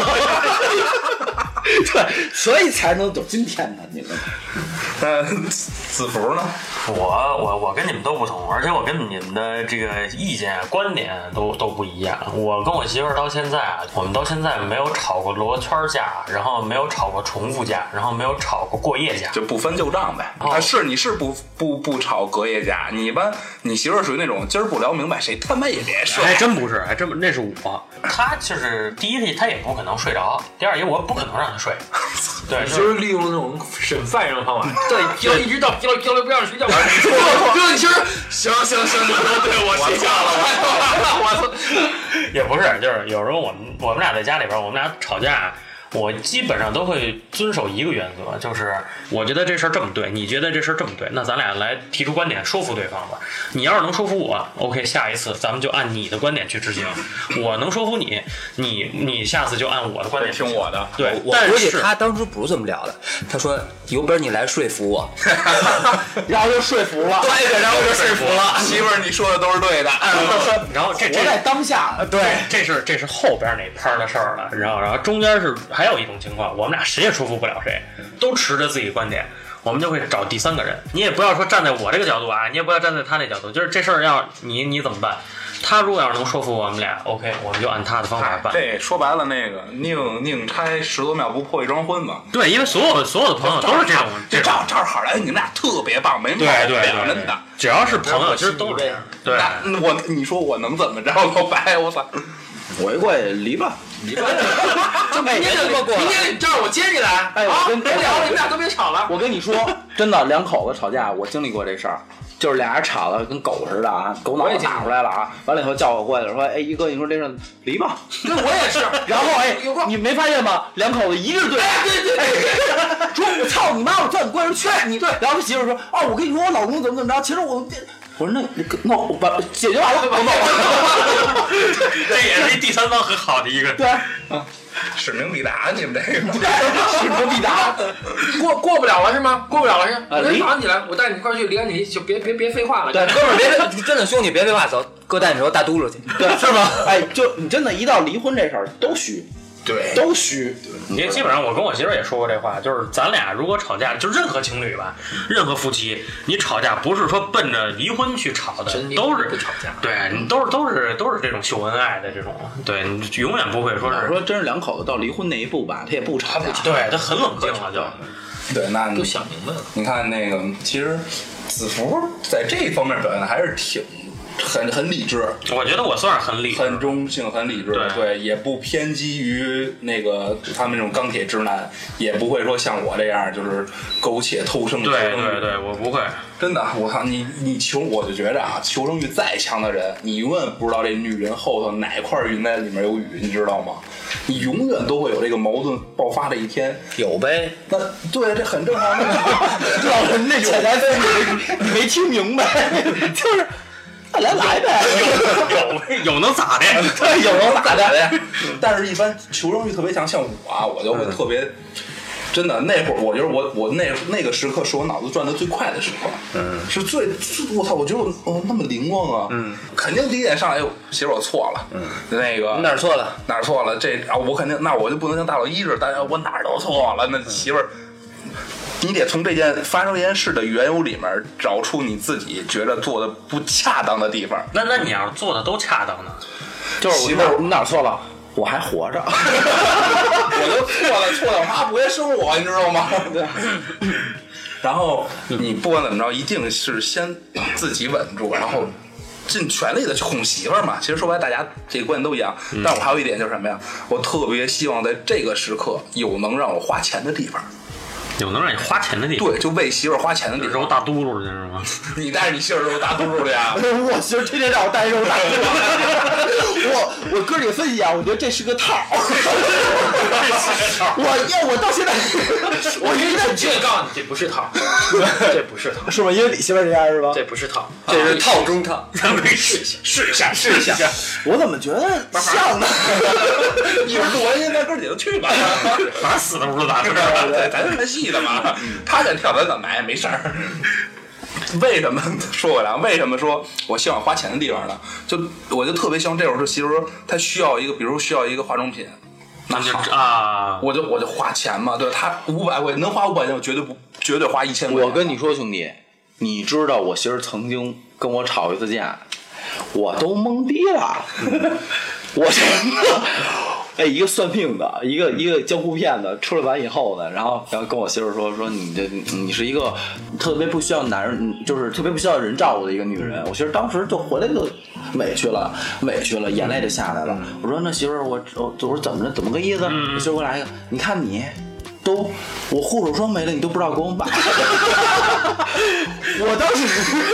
[SPEAKER 6] 对，所以才能有今天的你们。
[SPEAKER 1] 那 子服呢？
[SPEAKER 3] 我我我跟你们都不同，而且我跟你们的这个意见观点都都不一样。我跟我媳妇儿到现在啊，我们到现在没有吵过罗圈架，然后没有吵过重复架，然后没有吵过过夜架。
[SPEAKER 1] 就不翻旧账呗。
[SPEAKER 3] 哦
[SPEAKER 1] 啊，是你是不不不吵隔夜架，你一般你媳妇儿属于那种今儿不聊明白，谁他妈也别睡。
[SPEAKER 3] 还真不是，还真不，那是我。他就是第一，他也不可能睡着；第二，因为我不可能让他睡。 对，就是
[SPEAKER 4] 就是利用那种审犯人的方法，对，就一直到飘飘流不让睡觉，
[SPEAKER 1] 就你其实行行行，你都对我睡觉了，
[SPEAKER 3] 也不是，就是有时候我们我们俩在家里边，我们俩吵架，我基本上都会遵守一个原则，就是我觉得这事儿这么对，你觉得这事儿这么对，那咱俩来提出观点说服对方吧。你要是能说服我，OK，下一次咱们就按你的观点去执行；我能说服你，你你下次就按我的观点去
[SPEAKER 1] 听我的，
[SPEAKER 3] 对，
[SPEAKER 2] 我
[SPEAKER 3] 但
[SPEAKER 2] 估计
[SPEAKER 3] 是
[SPEAKER 2] 他当初不是这么聊的，他说有本事你来说服 我，
[SPEAKER 6] 然后就说服了。
[SPEAKER 1] 对，然后就说服了媳妇儿，你说的都是对的。
[SPEAKER 3] 然后这这
[SPEAKER 6] 活在当下，对，
[SPEAKER 3] 这是这是后边那拍的事儿了，然后然后中间是还有一种情况，我们俩谁也说服不了谁，都持着自己观点，我们就会找第三个人。你也不要说站在我这个角度啊，你也不要站在他那角度，就是这事儿要你你怎么办？他如果要是能说服我们俩，OK，我们就按他的方法办。
[SPEAKER 1] 这说白了，那个宁宁拆十多秒不破一桩婚嘛，
[SPEAKER 3] 对，因为所有所有的朋
[SPEAKER 1] 哦
[SPEAKER 3] 友都是这种
[SPEAKER 1] 就
[SPEAKER 3] 这种，
[SPEAKER 1] 照照好来，哎你们俩特别棒，没毛病，
[SPEAKER 3] 对对
[SPEAKER 1] 真
[SPEAKER 3] 对
[SPEAKER 1] 的
[SPEAKER 3] 对。，只要是朋友，其实都是这样。对，
[SPEAKER 1] 那我你说我能怎么着？ 老白，我操！
[SPEAKER 6] 回过离吧，
[SPEAKER 4] 就明天
[SPEAKER 6] 哎
[SPEAKER 4] 就过明天哎这样我接你来，
[SPEAKER 6] 哎我
[SPEAKER 4] 啊
[SPEAKER 6] 跟
[SPEAKER 4] 别聊了，你们俩都别吵了。
[SPEAKER 6] 我跟你说，真的，两口子吵架，我经历过这事儿，就是俩人吵得跟狗似的啊，狗脑
[SPEAKER 4] 我也
[SPEAKER 6] 袋
[SPEAKER 4] 经历
[SPEAKER 6] 打出来了啊，完了以后叫我过去了，说，哎，一哥，你说这事儿离 吧，
[SPEAKER 4] 那我也是，
[SPEAKER 6] 然后哎
[SPEAKER 4] 有空，
[SPEAKER 6] 你没发现吗？两口子一致对，
[SPEAKER 4] 哎对对对对
[SPEAKER 6] 哎说我操你妈，我叫你过来去你，对，然后他媳妇说，哦，我跟你说，我老公怎么怎么着，其实我。我说那那个那我把解决完了，我弄完了
[SPEAKER 3] 这也是第三方很好的 一个。
[SPEAKER 6] 对，
[SPEAKER 1] 使命必达，你们这个。
[SPEAKER 6] 使命必达。
[SPEAKER 4] 过过不了了是吗？过不了了是？
[SPEAKER 6] 呃
[SPEAKER 4] 我
[SPEAKER 6] 离
[SPEAKER 4] 早上起来，我带啊你一块儿去离你，就别别别废话了。
[SPEAKER 6] 对
[SPEAKER 2] 哥们儿别别真的兄弟别废话，走，哥带你揉大嘟噜去，
[SPEAKER 6] 对，是吗？ 哎，就你真的，一到离婚这事儿都虚，
[SPEAKER 1] 对，
[SPEAKER 6] 都虚。
[SPEAKER 3] 因为基本上我跟我媳妇儿也说过这话，就是咱俩如果吵架，就任何情侣吧，任何夫妻，你吵架不是说奔着离婚去吵的
[SPEAKER 4] 真，离婚
[SPEAKER 3] 都是
[SPEAKER 4] 不吵架
[SPEAKER 3] 对你都是都是都是这种秀恩爱的这种，对你永远不会说
[SPEAKER 6] 我
[SPEAKER 3] 是，
[SPEAKER 6] 说，真是两口子到离婚那一步吧，他也不吵架。
[SPEAKER 3] 对他很冷静了就，
[SPEAKER 1] 对，那你
[SPEAKER 4] 都想明白了。
[SPEAKER 1] 你看那个，其实子福在这方面表现的还是挺很很理智，
[SPEAKER 3] 我觉得我算是很理智，
[SPEAKER 1] 很中性，很理智，
[SPEAKER 3] 对
[SPEAKER 1] 对，也不偏激于那个他们那种钢铁直男，也不会说像我这样就是苟且偷生的
[SPEAKER 3] 对
[SPEAKER 1] 求生欲
[SPEAKER 3] 对对，我不会，
[SPEAKER 1] 真的，我操你！你求，我就觉着啊，求生欲再强的人，你永远不知道这女人后头哪块云在里面有雨，你知道吗？你永远都会有这个矛盾爆发的一天。
[SPEAKER 2] 有呗，
[SPEAKER 1] 那对，这很正常。
[SPEAKER 6] 老人 那潜台词你没你没听明白， 就是那来来呗，
[SPEAKER 3] 有有能咋的？
[SPEAKER 6] 对，有人咋的？
[SPEAKER 1] 但是，一般求生欲特别强，像我啊，我就
[SPEAKER 2] 嗯
[SPEAKER 1] 会特别。真的，那会儿我觉得我我那那个时刻是我脑子转的最快的时刻，嗯，是最最我操，我觉得我哦那么灵光啊，嗯，肯定第一眼上来，哎呦，其实我错了，嗯，那个
[SPEAKER 2] 哪儿错了？
[SPEAKER 1] 哪儿错了？这啊，我肯定，那我就不能像大老一似的，大家我哪儿都错了。那
[SPEAKER 2] 嗯
[SPEAKER 1] 媳妇儿，你得从这件发生这件事的缘由里面找出你自己觉得做的不恰当的地方。
[SPEAKER 3] 那那你要是做的都恰当呢？
[SPEAKER 6] 就是
[SPEAKER 1] 媳
[SPEAKER 6] 我
[SPEAKER 1] 妇儿
[SPEAKER 6] 哪我哪错了？我还活着。
[SPEAKER 1] 我都错了，错了，我妈不会生我，你知道吗？对。然后你不管怎么着，一定是先自己稳住，然后尽全力的去哄媳妇儿嘛。其实说白，了，大家这个观点都一样。
[SPEAKER 6] 嗯
[SPEAKER 1] 但我还有一点就是什么呀？我特别希望在这个时刻有能让我花钱的地方，
[SPEAKER 3] 有能让你花钱的地方，
[SPEAKER 1] 对，就为媳妇儿花钱的地 方
[SPEAKER 3] 揉。大嘟噜去是吗？
[SPEAKER 1] 你带着你姓儿揉大嘟噜的呀？
[SPEAKER 6] 我媳妇天天让我带肉打针，我我哥几个分析啊，我觉得这是个套儿。 我要我到现在，我一旦
[SPEAKER 4] 这个告诉你，这不是 套，这不是套，
[SPEAKER 6] 是吗？因为你媳妇这样是吧？
[SPEAKER 4] 这不 是套。
[SPEAKER 2] 这是套中套，
[SPEAKER 3] 咱们试一下，试一下，试一 下。
[SPEAKER 6] 我怎么觉得像 呢？
[SPEAKER 1] 一会儿录完音，咱哥几个去吧。
[SPEAKER 3] 反正死都不知道咋回事儿。
[SPEAKER 1] 对，咱是看戏的嘛，他敢跳，咱敢埋，没事儿。为什么说回来啊？为什么说我希望花钱的地方呢？就我就特别希望这种事，其实他需要一个，比如需要一个化妆品，那
[SPEAKER 3] 那就
[SPEAKER 1] 好，
[SPEAKER 3] 啊，
[SPEAKER 1] 我就我就花钱嘛，对他五百块能花五百钱，我绝对不绝对花一千块钱。
[SPEAKER 6] 我跟你说，兄弟，你知道我媳妇儿曾经跟我吵一次架，我都懵逼了，我什么？哎，一个算命的，一个一个江湖骗子，出来完以后呢，然后然后跟我媳妇儿说说你这你是一个特别不需要男人，就是特别不需要人照顾的一个女人。我媳妇儿当时就回来就委屈了，委屈了，眼泪就下来了。我说那媳妇儿，我我我说怎么着，怎么个意思？我媳妇儿给我来一个，你看你都我护手霜没了，你都不知道给我买。 我当时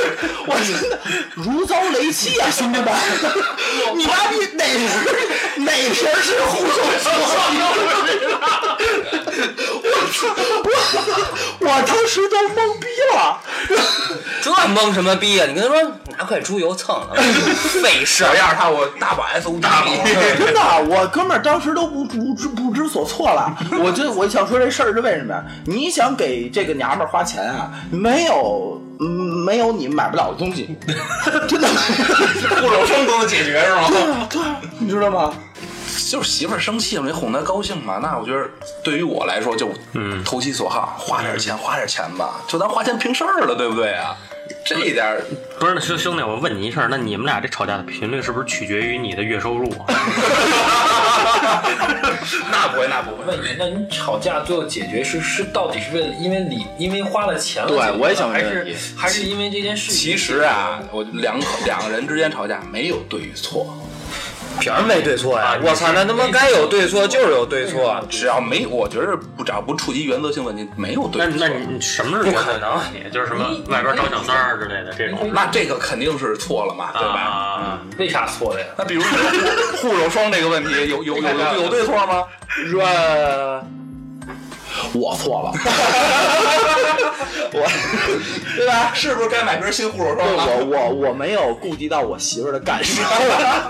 [SPEAKER 6] 我真的如遭雷劈啊，兄弟们！ 你妈逼哪瓶哪瓶是护手 霜？我我我当时都懵逼了。
[SPEAKER 2] 这蒙什么逼啊呀、你跟他说拿块猪油蹭了，费事
[SPEAKER 1] 小。样儿看我大把 S O D，
[SPEAKER 7] 真的，我哥们儿当时都不不知不知所措了。我就我想说这事儿是为什么呀？你想给这个娘们儿花钱啊，没有。嗯没有你买不了的东西， 真的，
[SPEAKER 1] 护手霜都能解决是吗？
[SPEAKER 7] 对啊对啊，你知道吗？
[SPEAKER 1] 就是媳妇儿生气了，没哄她高兴嘛。那我觉得对于我来说，就
[SPEAKER 3] 嗯
[SPEAKER 1] 投其所好，花点钱，花点钱吧，就当花钱平事儿了，对不对啊？这一点儿
[SPEAKER 3] 不是兄兄弟，我问你一事儿，那你们俩这吵架的频率是不是取决于你的月收入啊？
[SPEAKER 1] 那不会，那不
[SPEAKER 4] 问
[SPEAKER 1] 会。
[SPEAKER 4] 你，那你吵架最后解决是是到底是为了因为理因为花了钱了
[SPEAKER 6] 对
[SPEAKER 4] 解决呢
[SPEAKER 6] 我也想问
[SPEAKER 4] 还
[SPEAKER 6] 这个问
[SPEAKER 4] 是
[SPEAKER 6] 题
[SPEAKER 4] 还是因为这件事情
[SPEAKER 1] 其实啊，我两口两个人之间吵架没有对与错，
[SPEAKER 2] 凭什么没对错
[SPEAKER 1] 啊
[SPEAKER 2] 呀？我操，那他妈该有对错就是有对错。
[SPEAKER 1] 只要没，我觉得不只要不触及原则性问题，没有对
[SPEAKER 3] 那
[SPEAKER 1] 与错。
[SPEAKER 3] 那你你什么是不可 能？你就是什么外边找小三儿之类的这种，
[SPEAKER 1] 那这个肯定是错了嘛，对吧？嗯
[SPEAKER 3] 啊，
[SPEAKER 4] 为啥错了呀？
[SPEAKER 1] 那比如说护手霜这个问题，有 有有 有有对错吗？
[SPEAKER 6] 说我错了，我
[SPEAKER 1] 对吧？是不是该买瓶新护手霜了？
[SPEAKER 6] 我我我没有顾及到我媳妇儿的感受，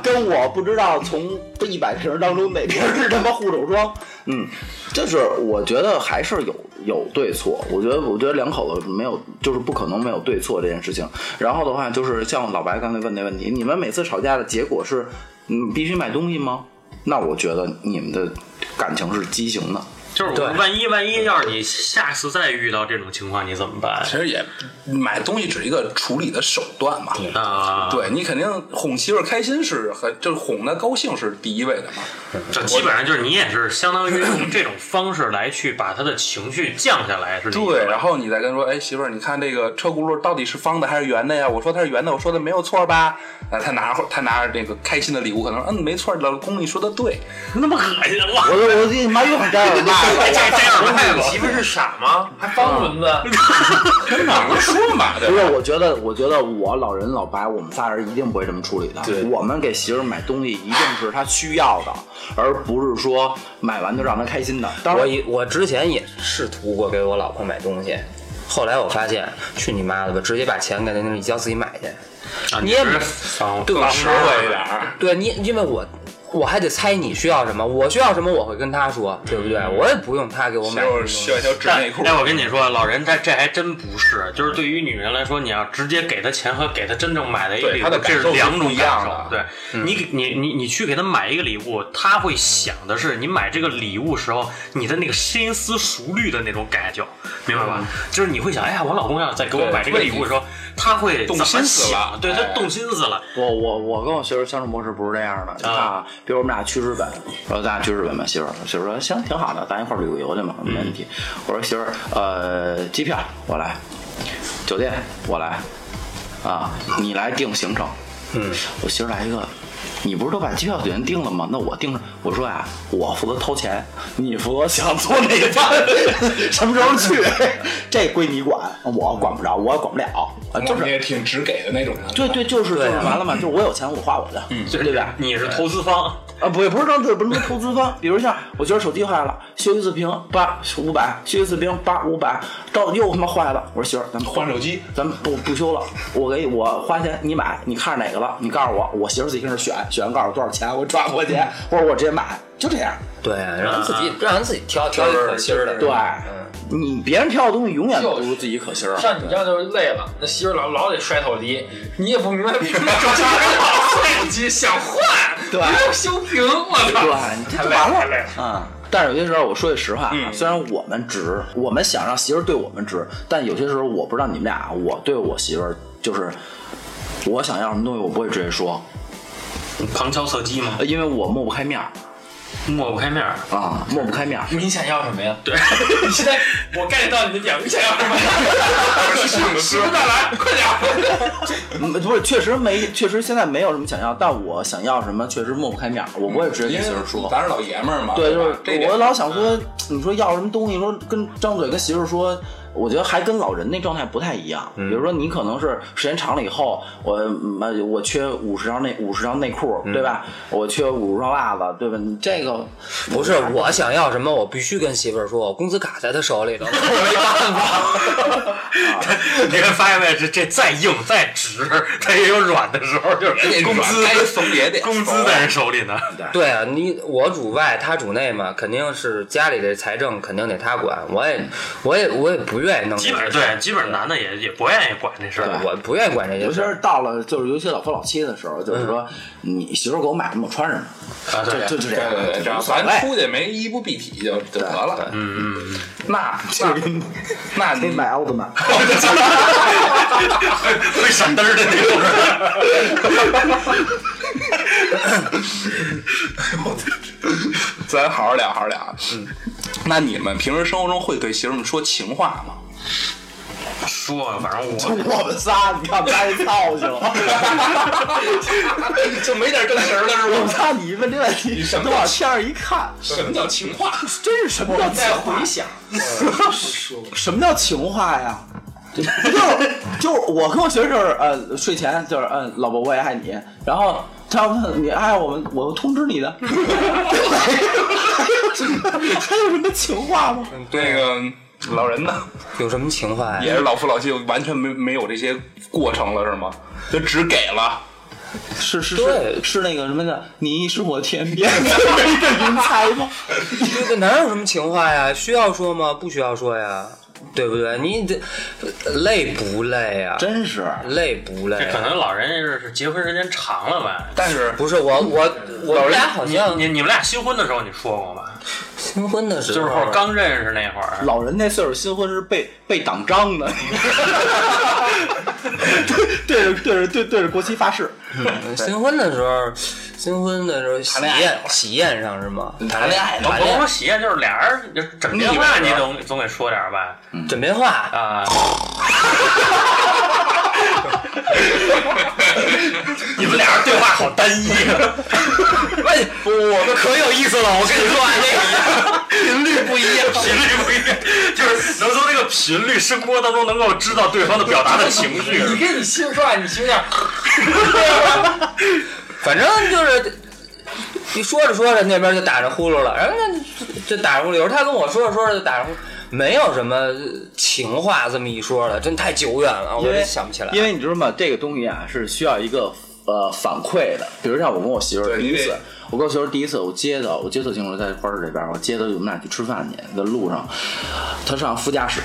[SPEAKER 6] 跟我不知道从一百瓶当中哪瓶是他妈护手霜。嗯，就是我觉得还是有有对错，我觉得我觉得两口子没有就是不可能没有对错这件事情。然后的话就是像老白刚才问那问题，你们每次吵架的结果是你必须买东西吗？那我觉得你们的感情是畸形的。
[SPEAKER 3] 就是我万一万一要是你下次再遇到这种情况，你怎么办
[SPEAKER 1] 其实也买东西只是一个处理的手段嘛。
[SPEAKER 3] 啊？，
[SPEAKER 1] 对你肯定哄媳妇儿开心是很，就是哄她高兴是第一位的嘛。
[SPEAKER 3] 这基本上就是你也是相当于用这种方式来去把他的情绪降下来，是你
[SPEAKER 1] 对，然后你再跟说，哎，媳妇儿，你看这个车轱辘到底是方的还是圆的呀？我说它是圆的，我说的没有错吧？啊，她拿着她拿着这个开心的礼物，可能嗯没错，老公你说的对。
[SPEAKER 3] 那么恶心哇！
[SPEAKER 6] 我我你妈又想干嘛？
[SPEAKER 3] 这这样吧，
[SPEAKER 4] 你媳妇是傻吗？还方轮子？
[SPEAKER 1] 真的，我说嘛，对
[SPEAKER 6] 不
[SPEAKER 1] 吧？
[SPEAKER 6] 是，我觉得，我觉得我老人老白，我们仨人一定不会这么处理的。
[SPEAKER 4] 对
[SPEAKER 6] 我们给媳妇儿买东西一定是她需要的，而不是说买完就让她开心的。当
[SPEAKER 2] 我
[SPEAKER 6] 然，
[SPEAKER 2] 以我之前也试图过给我老婆买东西，后来我发现去你妈的吧，直接把钱给她那个一交自己买去。
[SPEAKER 3] 啊
[SPEAKER 2] 你也
[SPEAKER 3] 是方
[SPEAKER 2] 对
[SPEAKER 3] 方
[SPEAKER 2] 吧
[SPEAKER 3] 式
[SPEAKER 1] 实惠一点儿。
[SPEAKER 2] 对你，因为我我还得猜你需要什么，我需要什么我会跟她说，对不对？我也不用她给我买什么
[SPEAKER 1] 就
[SPEAKER 2] 东
[SPEAKER 1] 是
[SPEAKER 2] 西。
[SPEAKER 1] 需要一条纸
[SPEAKER 3] 但
[SPEAKER 1] 内裤。
[SPEAKER 3] 哎，我跟你说，老人他这还真不是，就是对于女人来说，你要直接给她钱和给她真正买的一个
[SPEAKER 1] 对
[SPEAKER 3] 礼
[SPEAKER 1] 她
[SPEAKER 3] 物
[SPEAKER 1] 的，
[SPEAKER 3] 这
[SPEAKER 1] 感受是
[SPEAKER 3] 两
[SPEAKER 1] 不
[SPEAKER 3] 种
[SPEAKER 1] 一
[SPEAKER 3] 感
[SPEAKER 1] 样
[SPEAKER 3] 受
[SPEAKER 1] 的。嗯
[SPEAKER 3] 对你给，你你你去给她买一个礼物，她会想的是你买这个礼物时候你的那个深思熟虑的那种感觉，明白吧？就是你会想，哎呀，我老公要再给我
[SPEAKER 1] 嗯对
[SPEAKER 3] 买这个
[SPEAKER 1] 为
[SPEAKER 3] 礼物
[SPEAKER 1] 你
[SPEAKER 3] 的时候，他会
[SPEAKER 1] 动
[SPEAKER 3] 怎么
[SPEAKER 1] 心思
[SPEAKER 3] 想
[SPEAKER 1] 了
[SPEAKER 3] 对他
[SPEAKER 1] 哎
[SPEAKER 3] 动心思了。
[SPEAKER 6] 我我我跟我媳妇儿相处模式不是这样的。你看啊，比如我们俩去日本，我说咱俩去日本吧，媳妇儿，媳妇儿说行，挺好的，咱一块儿旅个游去嘛，没问题。我说媳妇儿，呃，机票我来，酒店我来，啊，你来定行程。嗯，我媳妇儿来一个，你不是都把机票酒店定了吗？那我定，我说呀，我负责掏钱，你负责想做哪一站， 什么时 候去， 这归你管，我管不着，我管不了，啊，就
[SPEAKER 1] 我
[SPEAKER 6] 是
[SPEAKER 1] 们。也挺直给的那种人。
[SPEAKER 6] 对对，就是就是
[SPEAKER 2] 对啊
[SPEAKER 6] 完了嘛，就是我有钱我花我的，嗯，对不对？
[SPEAKER 3] 你是投资方，
[SPEAKER 6] 啊，不也不是说不是说投资方，比如像我觉得手机坏了，修一次屏八五百，修一次屏八五百，到又他妈坏了，我说媳妇儿，咱们
[SPEAKER 1] 换手机，
[SPEAKER 6] 咱们不不修了，我给我花钱你买，你看上哪个了，你告诉我，我媳妇儿自己跟那儿选，选完告诉我多少钱，我转过去，
[SPEAKER 1] 嗯
[SPEAKER 6] 或者我直接买，就这样。
[SPEAKER 2] 对，让人自
[SPEAKER 1] 啊
[SPEAKER 2] 己让人自己挑挑一可心
[SPEAKER 1] 嗯
[SPEAKER 2] 儿的。
[SPEAKER 6] 对，你别人挑的东西永远不如自己可心儿。啊
[SPEAKER 4] 像你这样就是累了，那媳妇老老得摔头梨，你也不明白为什么要摔头
[SPEAKER 1] 手机想换，
[SPEAKER 6] 对
[SPEAKER 1] 要修屏，我操！，
[SPEAKER 6] 对你这就完
[SPEAKER 3] 太累
[SPEAKER 6] 了啊。但是有些时候，我说句实话啊，虽然我们直，我们想让媳妇儿对我们直，但有些时候我不知道你们俩，我对我媳妇儿就是，我想要什么东西，我不会直接说，
[SPEAKER 3] 旁敲侧击嘛，
[SPEAKER 6] 因为我抹不开面儿
[SPEAKER 3] 抹不开面儿。
[SPEAKER 6] 啊，抹不开面儿。
[SPEAKER 4] 梨。你想要什么呀？
[SPEAKER 3] 对，
[SPEAKER 4] 你现在我 get 到你的点，你想要什么呀？
[SPEAKER 1] 媳妇再来，快点！
[SPEAKER 6] 嗯不是，确实没，确实现在没有什么想要，但我想要什么确实抹不开面儿，我不会直接
[SPEAKER 1] 因
[SPEAKER 6] 跟
[SPEAKER 1] 为
[SPEAKER 6] 媳妇儿说。
[SPEAKER 1] 咱是老爷们儿嘛，
[SPEAKER 6] 对，就
[SPEAKER 1] 啊吧这
[SPEAKER 6] 是
[SPEAKER 1] 点嗯
[SPEAKER 6] 我老想说，你说要什么东西，说跟张嘴跟媳妇儿说，我觉得还跟老人那状态不太一样。
[SPEAKER 1] 嗯
[SPEAKER 6] 比如说，你可能是时间长了以后，我嗯呃我缺五十张内五十张内裤，
[SPEAKER 1] 嗯
[SPEAKER 6] 对吧？我缺五十双袜子，对吧？你这个
[SPEAKER 2] 不是我想要什么，我必须跟媳妇儿说，我工资卡在她手 里头，我没办法。
[SPEAKER 3] 你会发现没有，这这再硬再直，它也有软的时候，就是工资
[SPEAKER 1] 该怂也得
[SPEAKER 3] 工资
[SPEAKER 1] 怂
[SPEAKER 3] 在人手里呢。
[SPEAKER 2] 对啊，你我主外，他主内嘛，肯定是家里的财政肯定得他管，我也我也我也不愿意弄这
[SPEAKER 3] 基
[SPEAKER 2] 事
[SPEAKER 3] 本
[SPEAKER 2] 儿，
[SPEAKER 3] 上对，基本上男的也也不愿意管这事儿。
[SPEAKER 2] 我不愿意管这些
[SPEAKER 6] 尤其
[SPEAKER 2] 事儿。
[SPEAKER 6] 是到了就是尤其老夫老妻的时候，就是说你媳妇儿给我买什么我穿什么，
[SPEAKER 3] 啊，对，
[SPEAKER 6] 就就这
[SPEAKER 1] 嗯对
[SPEAKER 6] 样，
[SPEAKER 1] 对对，只要
[SPEAKER 6] 无所谓
[SPEAKER 1] 咱出去没衣不蔽体就就得了。
[SPEAKER 3] 嗯嗯，
[SPEAKER 1] 那
[SPEAKER 6] 就给你
[SPEAKER 1] 那
[SPEAKER 6] 给你
[SPEAKER 1] 你
[SPEAKER 6] 买奥特曼。
[SPEAKER 3] 会闪灯儿的那种。
[SPEAKER 1] 咱好好聊，好好聊。嗯，那你们平时生活中会对媳妇们说情话吗？
[SPEAKER 3] 说，反正我
[SPEAKER 6] 我们仨，你看我们仨这操性，
[SPEAKER 1] 就没点正形了是
[SPEAKER 6] 我们
[SPEAKER 1] 吗？
[SPEAKER 6] 仨你一问这问
[SPEAKER 1] 你
[SPEAKER 6] 题，
[SPEAKER 1] 什么
[SPEAKER 6] 都往天上一看，
[SPEAKER 1] 什么叫情话？
[SPEAKER 6] 真是什么叫
[SPEAKER 1] 再
[SPEAKER 6] 情话
[SPEAKER 1] 回想，
[SPEAKER 6] 什么叫情话呀？就是就是我跟我媳妇儿就是呃睡前就是嗯、老婆我也爱你，然后她问你爱我们，我通知 你的，还有什么还有什么情话吗？
[SPEAKER 1] 那个老人呢，
[SPEAKER 2] 有什么情话 呀？
[SPEAKER 1] 也是老夫老妻，完全没没有这些过程了是吗？就只给了。
[SPEAKER 6] 是是
[SPEAKER 2] 对
[SPEAKER 6] 是是那个什么的，你是我天边的一个云彩吗？
[SPEAKER 2] 这个哪有什么情话呀？需要说吗？不需要说呀，对不对？你这累不累啊？
[SPEAKER 6] 真是
[SPEAKER 2] 累不累
[SPEAKER 3] 这可
[SPEAKER 2] 啊？
[SPEAKER 3] 能老人是是结婚时间长了吧。
[SPEAKER 1] 但是
[SPEAKER 2] 不是我我我们俩好
[SPEAKER 3] 你
[SPEAKER 2] 像
[SPEAKER 3] 你你们俩新婚的时候你说过吗？
[SPEAKER 2] 新婚的时
[SPEAKER 3] 就是
[SPEAKER 2] 候
[SPEAKER 3] 刚认识那会儿，
[SPEAKER 6] 老人那岁数新婚是被被党章的，对对着对着对对着国旗发誓，
[SPEAKER 2] 新婚的时候，新婚的时候喜宴喜宴上是吗？
[SPEAKER 1] 谈恋爱
[SPEAKER 3] 甭
[SPEAKER 1] 呢，
[SPEAKER 3] 甭说喜宴，就是俩人就整电话，
[SPEAKER 1] 腻
[SPEAKER 3] 你
[SPEAKER 1] 歪了
[SPEAKER 3] 总总得说点吧？
[SPEAKER 2] 枕边话，
[SPEAKER 3] 啊，你们俩人对话好单一啊！
[SPEAKER 2] 哎，我们可有意思了，我跟你 说啊，
[SPEAKER 3] 频率不一样，频率不一样，就是能从这个频率声波当中能够知道对方的表达的情绪。
[SPEAKER 4] 你跟你媳妇说话，你媳妇那样
[SPEAKER 2] 反正就是。一说着说着，那边就打着呼噜了，然后就就打着呼噜。有时候他跟我说着说着就打着呼噜，没有什么情话这么一说了，真太久远了，我
[SPEAKER 6] 因为
[SPEAKER 2] 也想不起来。
[SPEAKER 6] 因为你知道吗？这个东西啊是需要一个呃反馈的。比如像我跟我媳妇儿
[SPEAKER 1] 对
[SPEAKER 6] 第一
[SPEAKER 1] 你
[SPEAKER 6] 次
[SPEAKER 1] 得，
[SPEAKER 6] 我跟我媳妇儿第一次，我接她，我接特清楚，在花市这边，我接她，我们俩去吃饭去，在路上，她上副驾驶，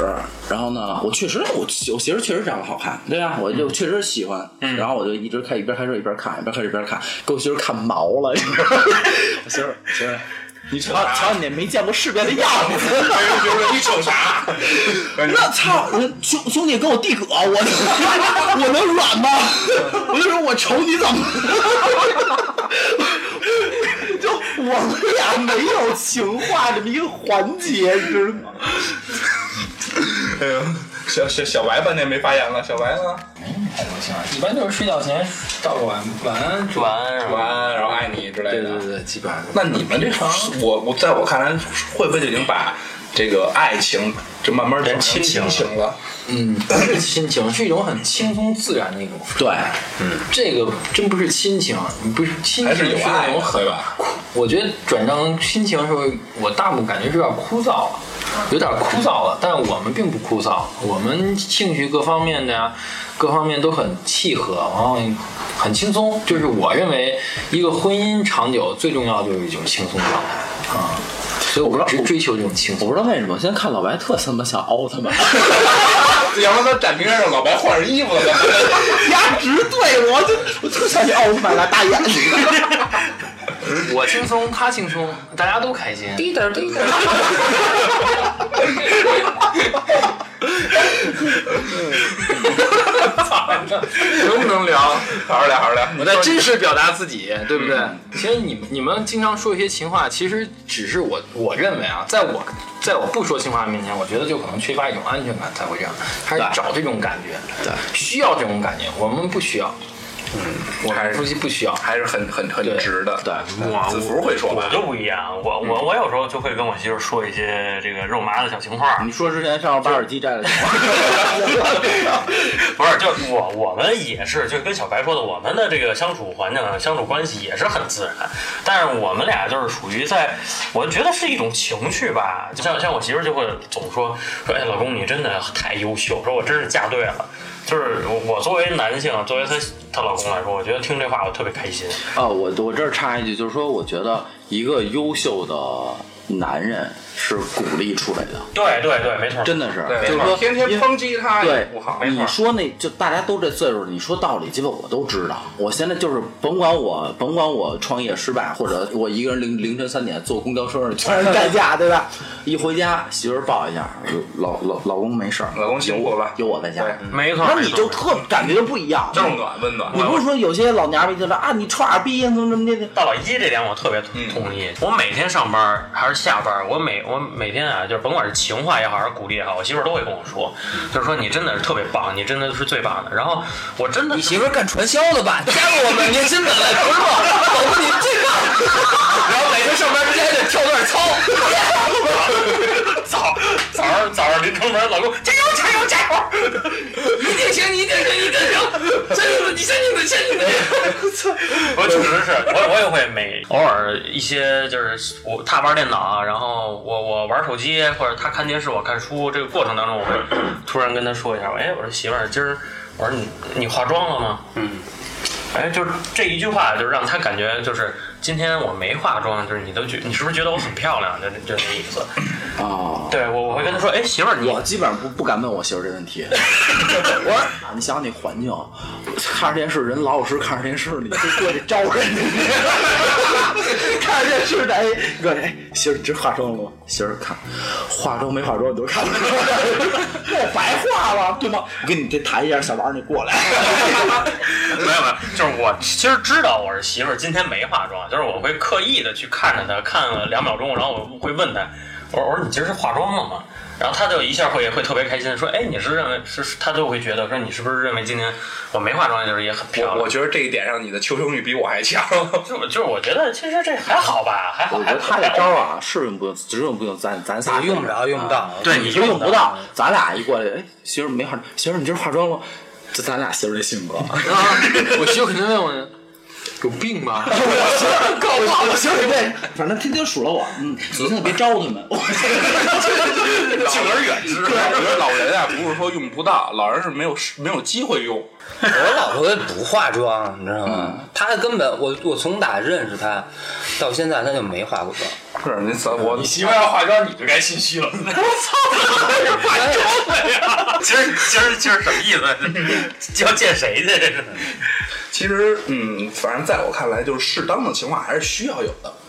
[SPEAKER 6] 然后呢，我确实我我媳妇儿确实长得好看，对呀、我就确实喜欢，然后我就一直开一边开车一边看，一边开车一边看，给我媳妇儿看毛了，你知道吗我媳妇儿媳妇儿。你瞧瞧你那没见过世面的样子，
[SPEAKER 1] 就是你瞅啥？
[SPEAKER 6] 那 操，我兄兄弟跟我弟哥，我我能软吗？ 我就说我瞅你怎么， 就我们俩没有情话这么一个环节，你知道吗？
[SPEAKER 1] 哎呦， 小小小白半天没发言了，小白啊呢？
[SPEAKER 4] 一般就是睡觉前道个晚晚安，
[SPEAKER 3] 晚安是吧？
[SPEAKER 1] 完，然后爱你之类的。
[SPEAKER 6] 对，基本上
[SPEAKER 1] 那你们这行，我我在我看来，会不会就已经把这个爱情就慢慢转成
[SPEAKER 3] 亲情
[SPEAKER 1] 亲
[SPEAKER 3] 了
[SPEAKER 1] 情了？
[SPEAKER 4] 嗯，不是亲情，是一种很轻松自然的一种。嗯
[SPEAKER 6] 对，
[SPEAKER 4] 这个真不是亲情，你不是亲情
[SPEAKER 1] 还是有
[SPEAKER 4] 那
[SPEAKER 1] 爱
[SPEAKER 4] 种
[SPEAKER 1] 的，
[SPEAKER 4] 很
[SPEAKER 1] 对吧？
[SPEAKER 4] 我觉得转账亲情的时候，我大部分感觉是有点枯燥了，有点枯燥了。但是我们并不枯燥，我们兴趣各方面的呀，各方面都很契合，然后很轻松。就是我认为一个婚姻长久最重要就是一种轻松状态啊，所以我只追求这种轻
[SPEAKER 6] 我
[SPEAKER 4] 松。
[SPEAKER 6] 不知道为什么，现在看老白特他妈像奥特曼，
[SPEAKER 1] 要不然他展平让老白换上衣服 了，
[SPEAKER 6] 压直 对 我，就我特想起奥特曼来大眼睛。
[SPEAKER 4] 我轻松，他轻松，大家都开 心。
[SPEAKER 2] 滴答儿滴答儿。
[SPEAKER 1] 能不能聊？好好聊，好好聊。
[SPEAKER 4] 我在真实表达自己， 嗯对不对？其实你你们经常说一些情话，其实只是我我认为啊，在我在我不说情话面前，我觉得就可能缺乏一种嗯安全感才会这样，还是找这种感觉，对，需要这种感觉，我们不需要。我
[SPEAKER 1] 还是
[SPEAKER 4] 估计不 需要。
[SPEAKER 1] 还是很很很值的。对，
[SPEAKER 3] 我
[SPEAKER 1] 子福会说
[SPEAKER 3] 我
[SPEAKER 1] 吧
[SPEAKER 3] 就不一样，我我我有时候就会跟我媳妇儿说一些这个肉麻的小情话，
[SPEAKER 8] 你说之前上巴尔基 站的情况，
[SPEAKER 3] 不是，就我我们也是，就跟小白说的，我们的这个相处环境、啊，相处关系也是很自然。但是我们俩就是属于在，我觉得是一种情绪吧。就像像我媳妇儿就会总说说，哎，老公你真的太优秀，说我真是嫁对了。就是我我作为男性，作为她她老公来说，我觉得听这话我特别开心。
[SPEAKER 6] 啊，我我这儿插一句，就是说，我觉得一个优秀的男人是鼓励出来的，
[SPEAKER 3] 对对对，没错。
[SPEAKER 6] 真的是，
[SPEAKER 1] 对，
[SPEAKER 6] 就是说
[SPEAKER 1] 天天
[SPEAKER 6] 因为
[SPEAKER 1] 抨击他也
[SPEAKER 6] 对
[SPEAKER 1] 不哎好，，
[SPEAKER 6] 你说那就大家都这岁数，你说道理基本我都知道。我现在就是甭管我甭管我创业失败，或者我一个人凌凌晨三点坐公交车上全是代驾，对吧？一回家媳妇儿抱一下，老老老公没事儿，
[SPEAKER 1] 老公辛苦了
[SPEAKER 6] 有我在家
[SPEAKER 1] 对。
[SPEAKER 3] 没错，
[SPEAKER 8] 那你就特感觉就不一样。
[SPEAKER 1] 正暖温暖
[SPEAKER 8] 你。不是说有些老娘们就说啊，你串儿逼怎么怎么的？
[SPEAKER 3] 大老一这点我特别同意。我每天上班还是下班，我每我每天啊，就是甭管是情话也好，还是鼓励也好，我媳妇儿都会跟我说，就是说你真的是特别棒，你真的是最棒的。然后我真的
[SPEAKER 2] 你媳妇儿干传销的吧？加入我们年薪百万工作，保护你健康。然后每天上班之前得跳段操。
[SPEAKER 3] 早早上早上临出门，老公加油加油加油！
[SPEAKER 2] 一定行，你一定行，一定 行！相信自己，相信自己，相信自己。
[SPEAKER 3] 我确实是，我我也会每偶尔一些就是我他玩电脑啊，然后我我玩手机或者他看电视我看书这个过程当中，我会突然跟他说一下，哎，我说媳妇儿，今儿我说你你化妆了吗？嗯。哎，就是这一句话，就是让他感觉就是今天我没化妆，就是你都觉你是不是觉得我很漂亮？就就那意思。
[SPEAKER 1] 啊
[SPEAKER 6] 哦，
[SPEAKER 3] 对我我会跟他说，哎，媳妇儿你
[SPEAKER 6] 我基本上不不敢问我媳妇儿这问 题。我说啊你想想那环境，看着电视人老老实实看着电视，你就过去招人家。 看着电视哎，你过去哎，媳妇儿你这化妆了吗？媳妇儿看，化妆没化妆你都看不出来，我白化了对吗？我跟你这谈一下，小王你过来。
[SPEAKER 3] 没有没有，就是我其实知道我是媳妇儿今天没化妆，就是我会刻意的去看着她，看了两秒钟，然后我会问她，我说我说你今儿是化妆了吗？然后她就一下会会特别开心，说哎你是认为是是她就会觉得说你是不是认为今天我没化妆就是也很漂
[SPEAKER 1] 我我
[SPEAKER 3] 亮？
[SPEAKER 1] 觉得这一点上，你的求生欲比我还 强。
[SPEAKER 3] 就是就是我觉得其实这还好吧，还好
[SPEAKER 6] 我觉
[SPEAKER 3] 还
[SPEAKER 6] 得
[SPEAKER 3] 好。
[SPEAKER 6] 他这招啊是用不用，只用不用，咱咱仨
[SPEAKER 2] 用不着，用不到。
[SPEAKER 3] 对
[SPEAKER 6] 你
[SPEAKER 3] 你
[SPEAKER 6] 就用
[SPEAKER 3] 用
[SPEAKER 6] 不到。咱俩一过来，哎，媳妇儿没化妆，媳妇儿你今儿化妆了吗？这咱俩媳妇儿这性格。
[SPEAKER 4] 啊，我媳妇肯定问我有病吧？
[SPEAKER 6] 我操！我媳妇对，反正天天数落我，嗯，索性别招他们。
[SPEAKER 1] 敬而远 之。我觉得老人啊，不是说用不到，老人是没有没有机会用。
[SPEAKER 2] 我老婆不化妆，你知道吗？她根本我我从打认识她到现在，她就没化过妆。
[SPEAKER 1] 不是你怎我
[SPEAKER 4] 你媳妇要化妆，你就该心 虚了。
[SPEAKER 3] 其实其实其实什么意思？要见谁去？这是
[SPEAKER 1] 其实嗯，反正在我看来，就是适当的情况还是需要有的。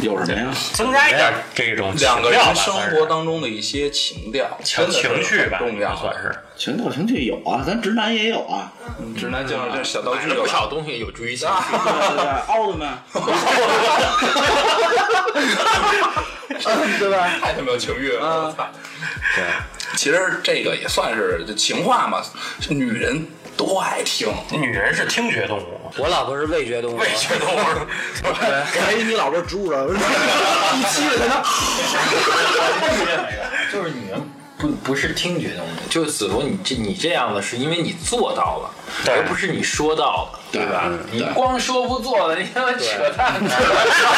[SPEAKER 6] 有什么呀？
[SPEAKER 3] 增加一点这种
[SPEAKER 1] 两个
[SPEAKER 3] 情调
[SPEAKER 1] 人
[SPEAKER 3] 吧
[SPEAKER 1] 生
[SPEAKER 3] 算是
[SPEAKER 1] 活当中的一些情调、
[SPEAKER 3] 情情绪吧，
[SPEAKER 1] 重要
[SPEAKER 3] 算是。
[SPEAKER 6] 情调情趣有啊，咱直男也有啊。
[SPEAKER 1] 直男就是这小道具
[SPEAKER 4] 这
[SPEAKER 1] 有
[SPEAKER 4] 不
[SPEAKER 1] 了。
[SPEAKER 4] 少东西有助于情绪。
[SPEAKER 6] 哎奥特曼，对吧？
[SPEAKER 1] 太他妈有情欲了，我操！对，其实这个也算是就情话嘛，女人都爱听。
[SPEAKER 3] 女人是听觉动物，
[SPEAKER 2] 我老婆是味觉动物，
[SPEAKER 3] 味觉动物。
[SPEAKER 6] 给你老婆植入了，一期了才能。
[SPEAKER 4] 就是女人 不不是听觉动物，就是子龙，你这你这样的是因为你做到了，
[SPEAKER 3] 对
[SPEAKER 4] 而不是你说到了，对吧？你光说不做了，你他妈扯淡！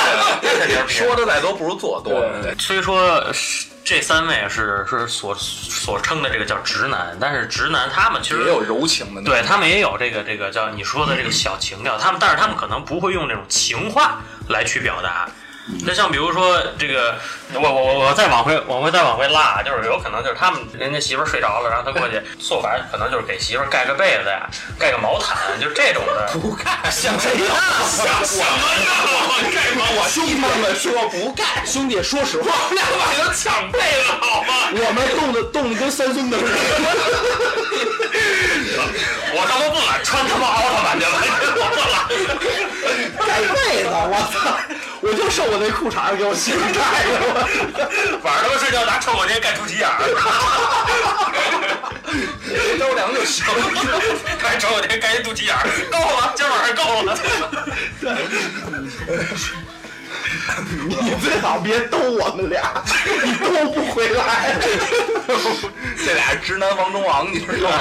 [SPEAKER 1] 说的再多不如做多。对
[SPEAKER 3] 虽说是这三位是是所所称的这个叫直男，但是直男他们其
[SPEAKER 1] 也
[SPEAKER 3] 实
[SPEAKER 1] 有柔情的那种。
[SPEAKER 3] 对他们也有这个这个叫你说的这个小情调，他们但是他们可能不会用这种情话来去表达。那像比如说这个，我我我我再往回往回再往回拉，就是有可能就是他们人家媳妇儿睡着了，然后他过去做法可能就是给媳妇儿盖个被子呀，盖个毛毯，就这种的。
[SPEAKER 1] 不干， 想谁呢？想什么呢？我干嘛？我兄弟们说不干，
[SPEAKER 6] 兄弟，说实话，
[SPEAKER 1] 那晚上抢被子好吗？
[SPEAKER 6] 我们冻的冻的跟三孙子似的。
[SPEAKER 3] 我他妈不敢穿他妈奥特曼去了，我不懒。
[SPEAKER 6] 盖被子，我操！我就剩我那裤衩儿给我媳妇儿盖着了。
[SPEAKER 3] 晚上他妈睡觉拿臭狗尿盖猪蹄眼儿。
[SPEAKER 1] 着凉就行。
[SPEAKER 3] 该找我这该肚脐眼儿，够了，今晚上够了。
[SPEAKER 6] 你最好别逗我们俩，你逗不回来。
[SPEAKER 1] 这俩直男王中王，你知道吗？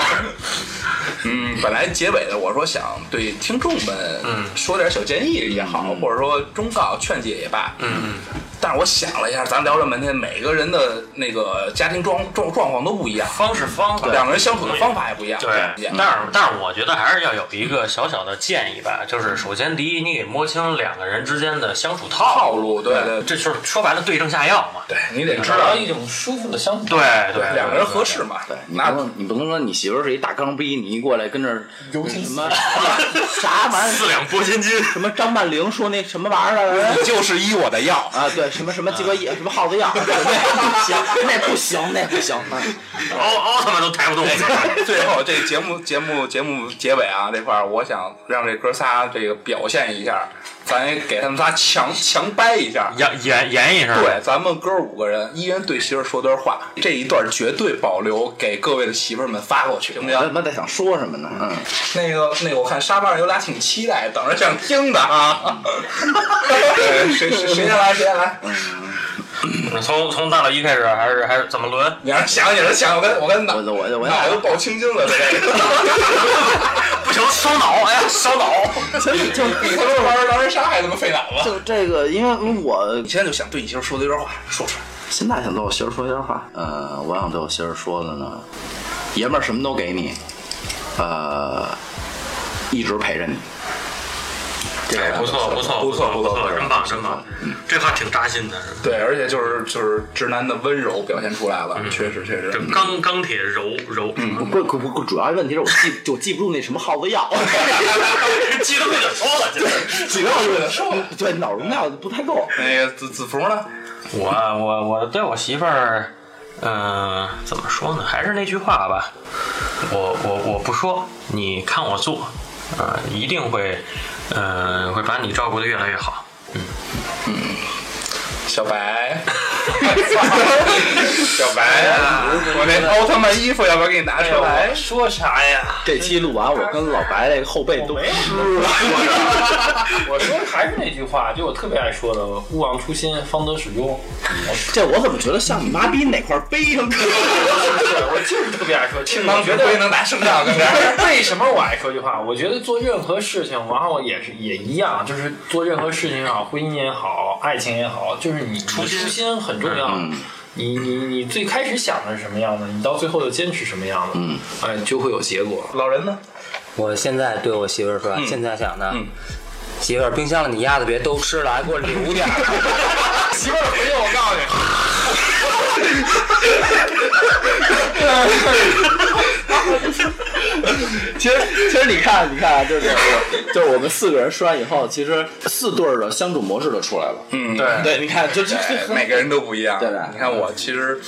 [SPEAKER 1] 嗯，本来结尾的我说想对听众们说点小建议也好，或者说忠告劝诫也罢，嗯，但是我想了一下，咱聊这么半天，每个人的那个家庭状状状况都不一样，啊
[SPEAKER 3] 方式方法，
[SPEAKER 1] 两个人相处的方法也不一样，
[SPEAKER 3] 对，
[SPEAKER 1] 嗯
[SPEAKER 3] 但是但是我觉得还是要有一个小小的建议吧，就是首先第一，你得摸清两个人之间的相处套
[SPEAKER 1] 套路，对对
[SPEAKER 3] 这就是说白了对症下药嘛。
[SPEAKER 1] 对，你得知
[SPEAKER 4] 找到
[SPEAKER 1] 道
[SPEAKER 4] 一种舒服的相处。
[SPEAKER 3] 对对
[SPEAKER 1] 两个人合适嘛，对，
[SPEAKER 6] 你不能，你不能说你媳妇儿是一大钢逼，你一过来跟这儿什么啥玩意
[SPEAKER 3] 四两拨千斤，
[SPEAKER 6] 儿，什么张曼玲说那什么玩意儿啊 来着
[SPEAKER 1] 就是医我的药，
[SPEAKER 6] 啊？对，什么什么鸡巴叶，什么耗子药， 对不行，那不行，那不行。啊
[SPEAKER 3] 嗷嗷他妈都抬不 动。
[SPEAKER 1] 最后这节目节目节目结尾啊这块儿，我想让这哥仨这个表现一下，咱也给他们仨强强掰一下。
[SPEAKER 3] 演演演一声，
[SPEAKER 1] 对，咱们哥五个人，一人对媳妇儿说段话，这一段绝对保留给各位的媳妇儿们发过去，行不
[SPEAKER 6] 我他
[SPEAKER 1] 行？
[SPEAKER 6] 妈在想说什么呢？嗯，
[SPEAKER 1] 那个那个，我看沙发上有俩挺期待，等着想听的 啊。对谁谁谁先来？谁先来？
[SPEAKER 3] 从从大老一开始还是还是怎么轮？
[SPEAKER 1] 你让想起来想，我跟我跟脑
[SPEAKER 6] 我我我我
[SPEAKER 1] 脑子爆青筋了，这个
[SPEAKER 3] 不行，烧脑！哎呀，
[SPEAKER 1] 烧脑！你他妈玩狼人杀还他妈费脑子？
[SPEAKER 6] 就这个，因为我
[SPEAKER 1] 你现在就想对你媳妇说的一段话，说出来。
[SPEAKER 6] 现在想对我媳妇说一段话，呃，我想对我媳妇说的呢，爷们儿什么都给你，呃，一直陪着你。
[SPEAKER 3] 哎，不错不错错不嗯真棒真棒，这话挺扎心的，
[SPEAKER 1] 对，而且就是就是直男的温柔表现出来了，确实确
[SPEAKER 3] 就
[SPEAKER 1] 实。
[SPEAKER 3] 钢钢铁柔柔，
[SPEAKER 6] 不不不不，主要问题是我记就记不住那什么耗子药，
[SPEAKER 3] 激动就说了，就是。
[SPEAKER 6] 主要是 对脑容量不太够。
[SPEAKER 1] 那个子子服呢？
[SPEAKER 3] 我我我对我媳妇儿，嗯、怎么说呢？还是那句话吧，我我我不说，你看我做，呃，一定会，嗯、会把你照顾的越来越好。
[SPEAKER 1] 小白，小白啊！我那奥特曼衣服要不要给你拿出来？
[SPEAKER 4] 哎说啥呀？
[SPEAKER 6] 这期录完，我跟老白这个后背都
[SPEAKER 4] 我没有
[SPEAKER 6] 湿了。
[SPEAKER 4] 我说还是那句话，就我特别爱说的，勿忘初心，方得始终。
[SPEAKER 6] 这我怎么觉得像你妈逼哪块背上去了？
[SPEAKER 4] 我就是特别爱说，其实我
[SPEAKER 1] 当
[SPEAKER 4] 觉
[SPEAKER 1] 绝
[SPEAKER 4] 得
[SPEAKER 1] 对能拿声道跟这儿。
[SPEAKER 4] 为什么我爱说这句话？我觉得做任何事情，然后也是也一样，就是做任何事情也好，婚姻也好，爱情也好，就是你初
[SPEAKER 3] 心
[SPEAKER 4] 初心很重要。你你你最开始想的是什么样的，你到最后又坚持什么样的，嗯，哎，就会有结 果。
[SPEAKER 1] 老人呢？
[SPEAKER 2] 我现在对我媳妇儿说，现在想的，媳妇儿，冰箱里你鸭子别都吃了，还给我留点儿。
[SPEAKER 1] 媳妇儿回去，我告诉你，
[SPEAKER 6] 其实，其实你看，你看啊，就是就是我们四个人说完以后，其实四对儿的相处模式都出来了。
[SPEAKER 1] 嗯，
[SPEAKER 6] 对，你看，就就
[SPEAKER 1] 哎每个人都不一样。
[SPEAKER 6] 对吧
[SPEAKER 1] 你看我其实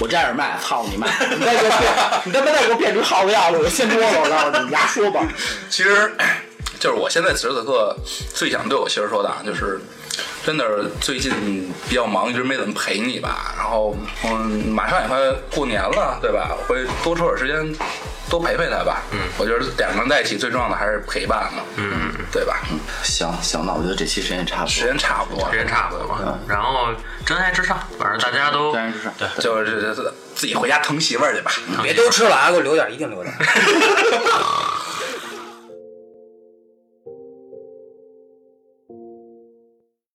[SPEAKER 6] 我摘耳麦，操你妈！ 你再给我变，你他妈再给我变出耗子样子，我掀桌子！我告诉你，你丫说吧。
[SPEAKER 1] 其实就是我现在此时此刻最想对我媳妇儿说的，啊，就是真的是最近比较忙，一直没怎么陪你吧。然后嗯，马上也快过年了，对吧？我会多抽点时间多陪陪她吧。嗯，我觉得两个人在一起最重要的还是陪伴嘛。嗯，对吧？
[SPEAKER 6] 行行，那我觉得这期时间也差不
[SPEAKER 1] 时
[SPEAKER 6] 多。
[SPEAKER 1] 间差不多
[SPEAKER 3] 时
[SPEAKER 1] 了，
[SPEAKER 3] 间差不多了，然后真爱嗯至上，反正大家都
[SPEAKER 6] 真爱至上
[SPEAKER 3] 对，
[SPEAKER 1] 就是自己回家疼媳妇儿去吧。
[SPEAKER 2] 别都吃了，还给我留点儿，一定留点儿。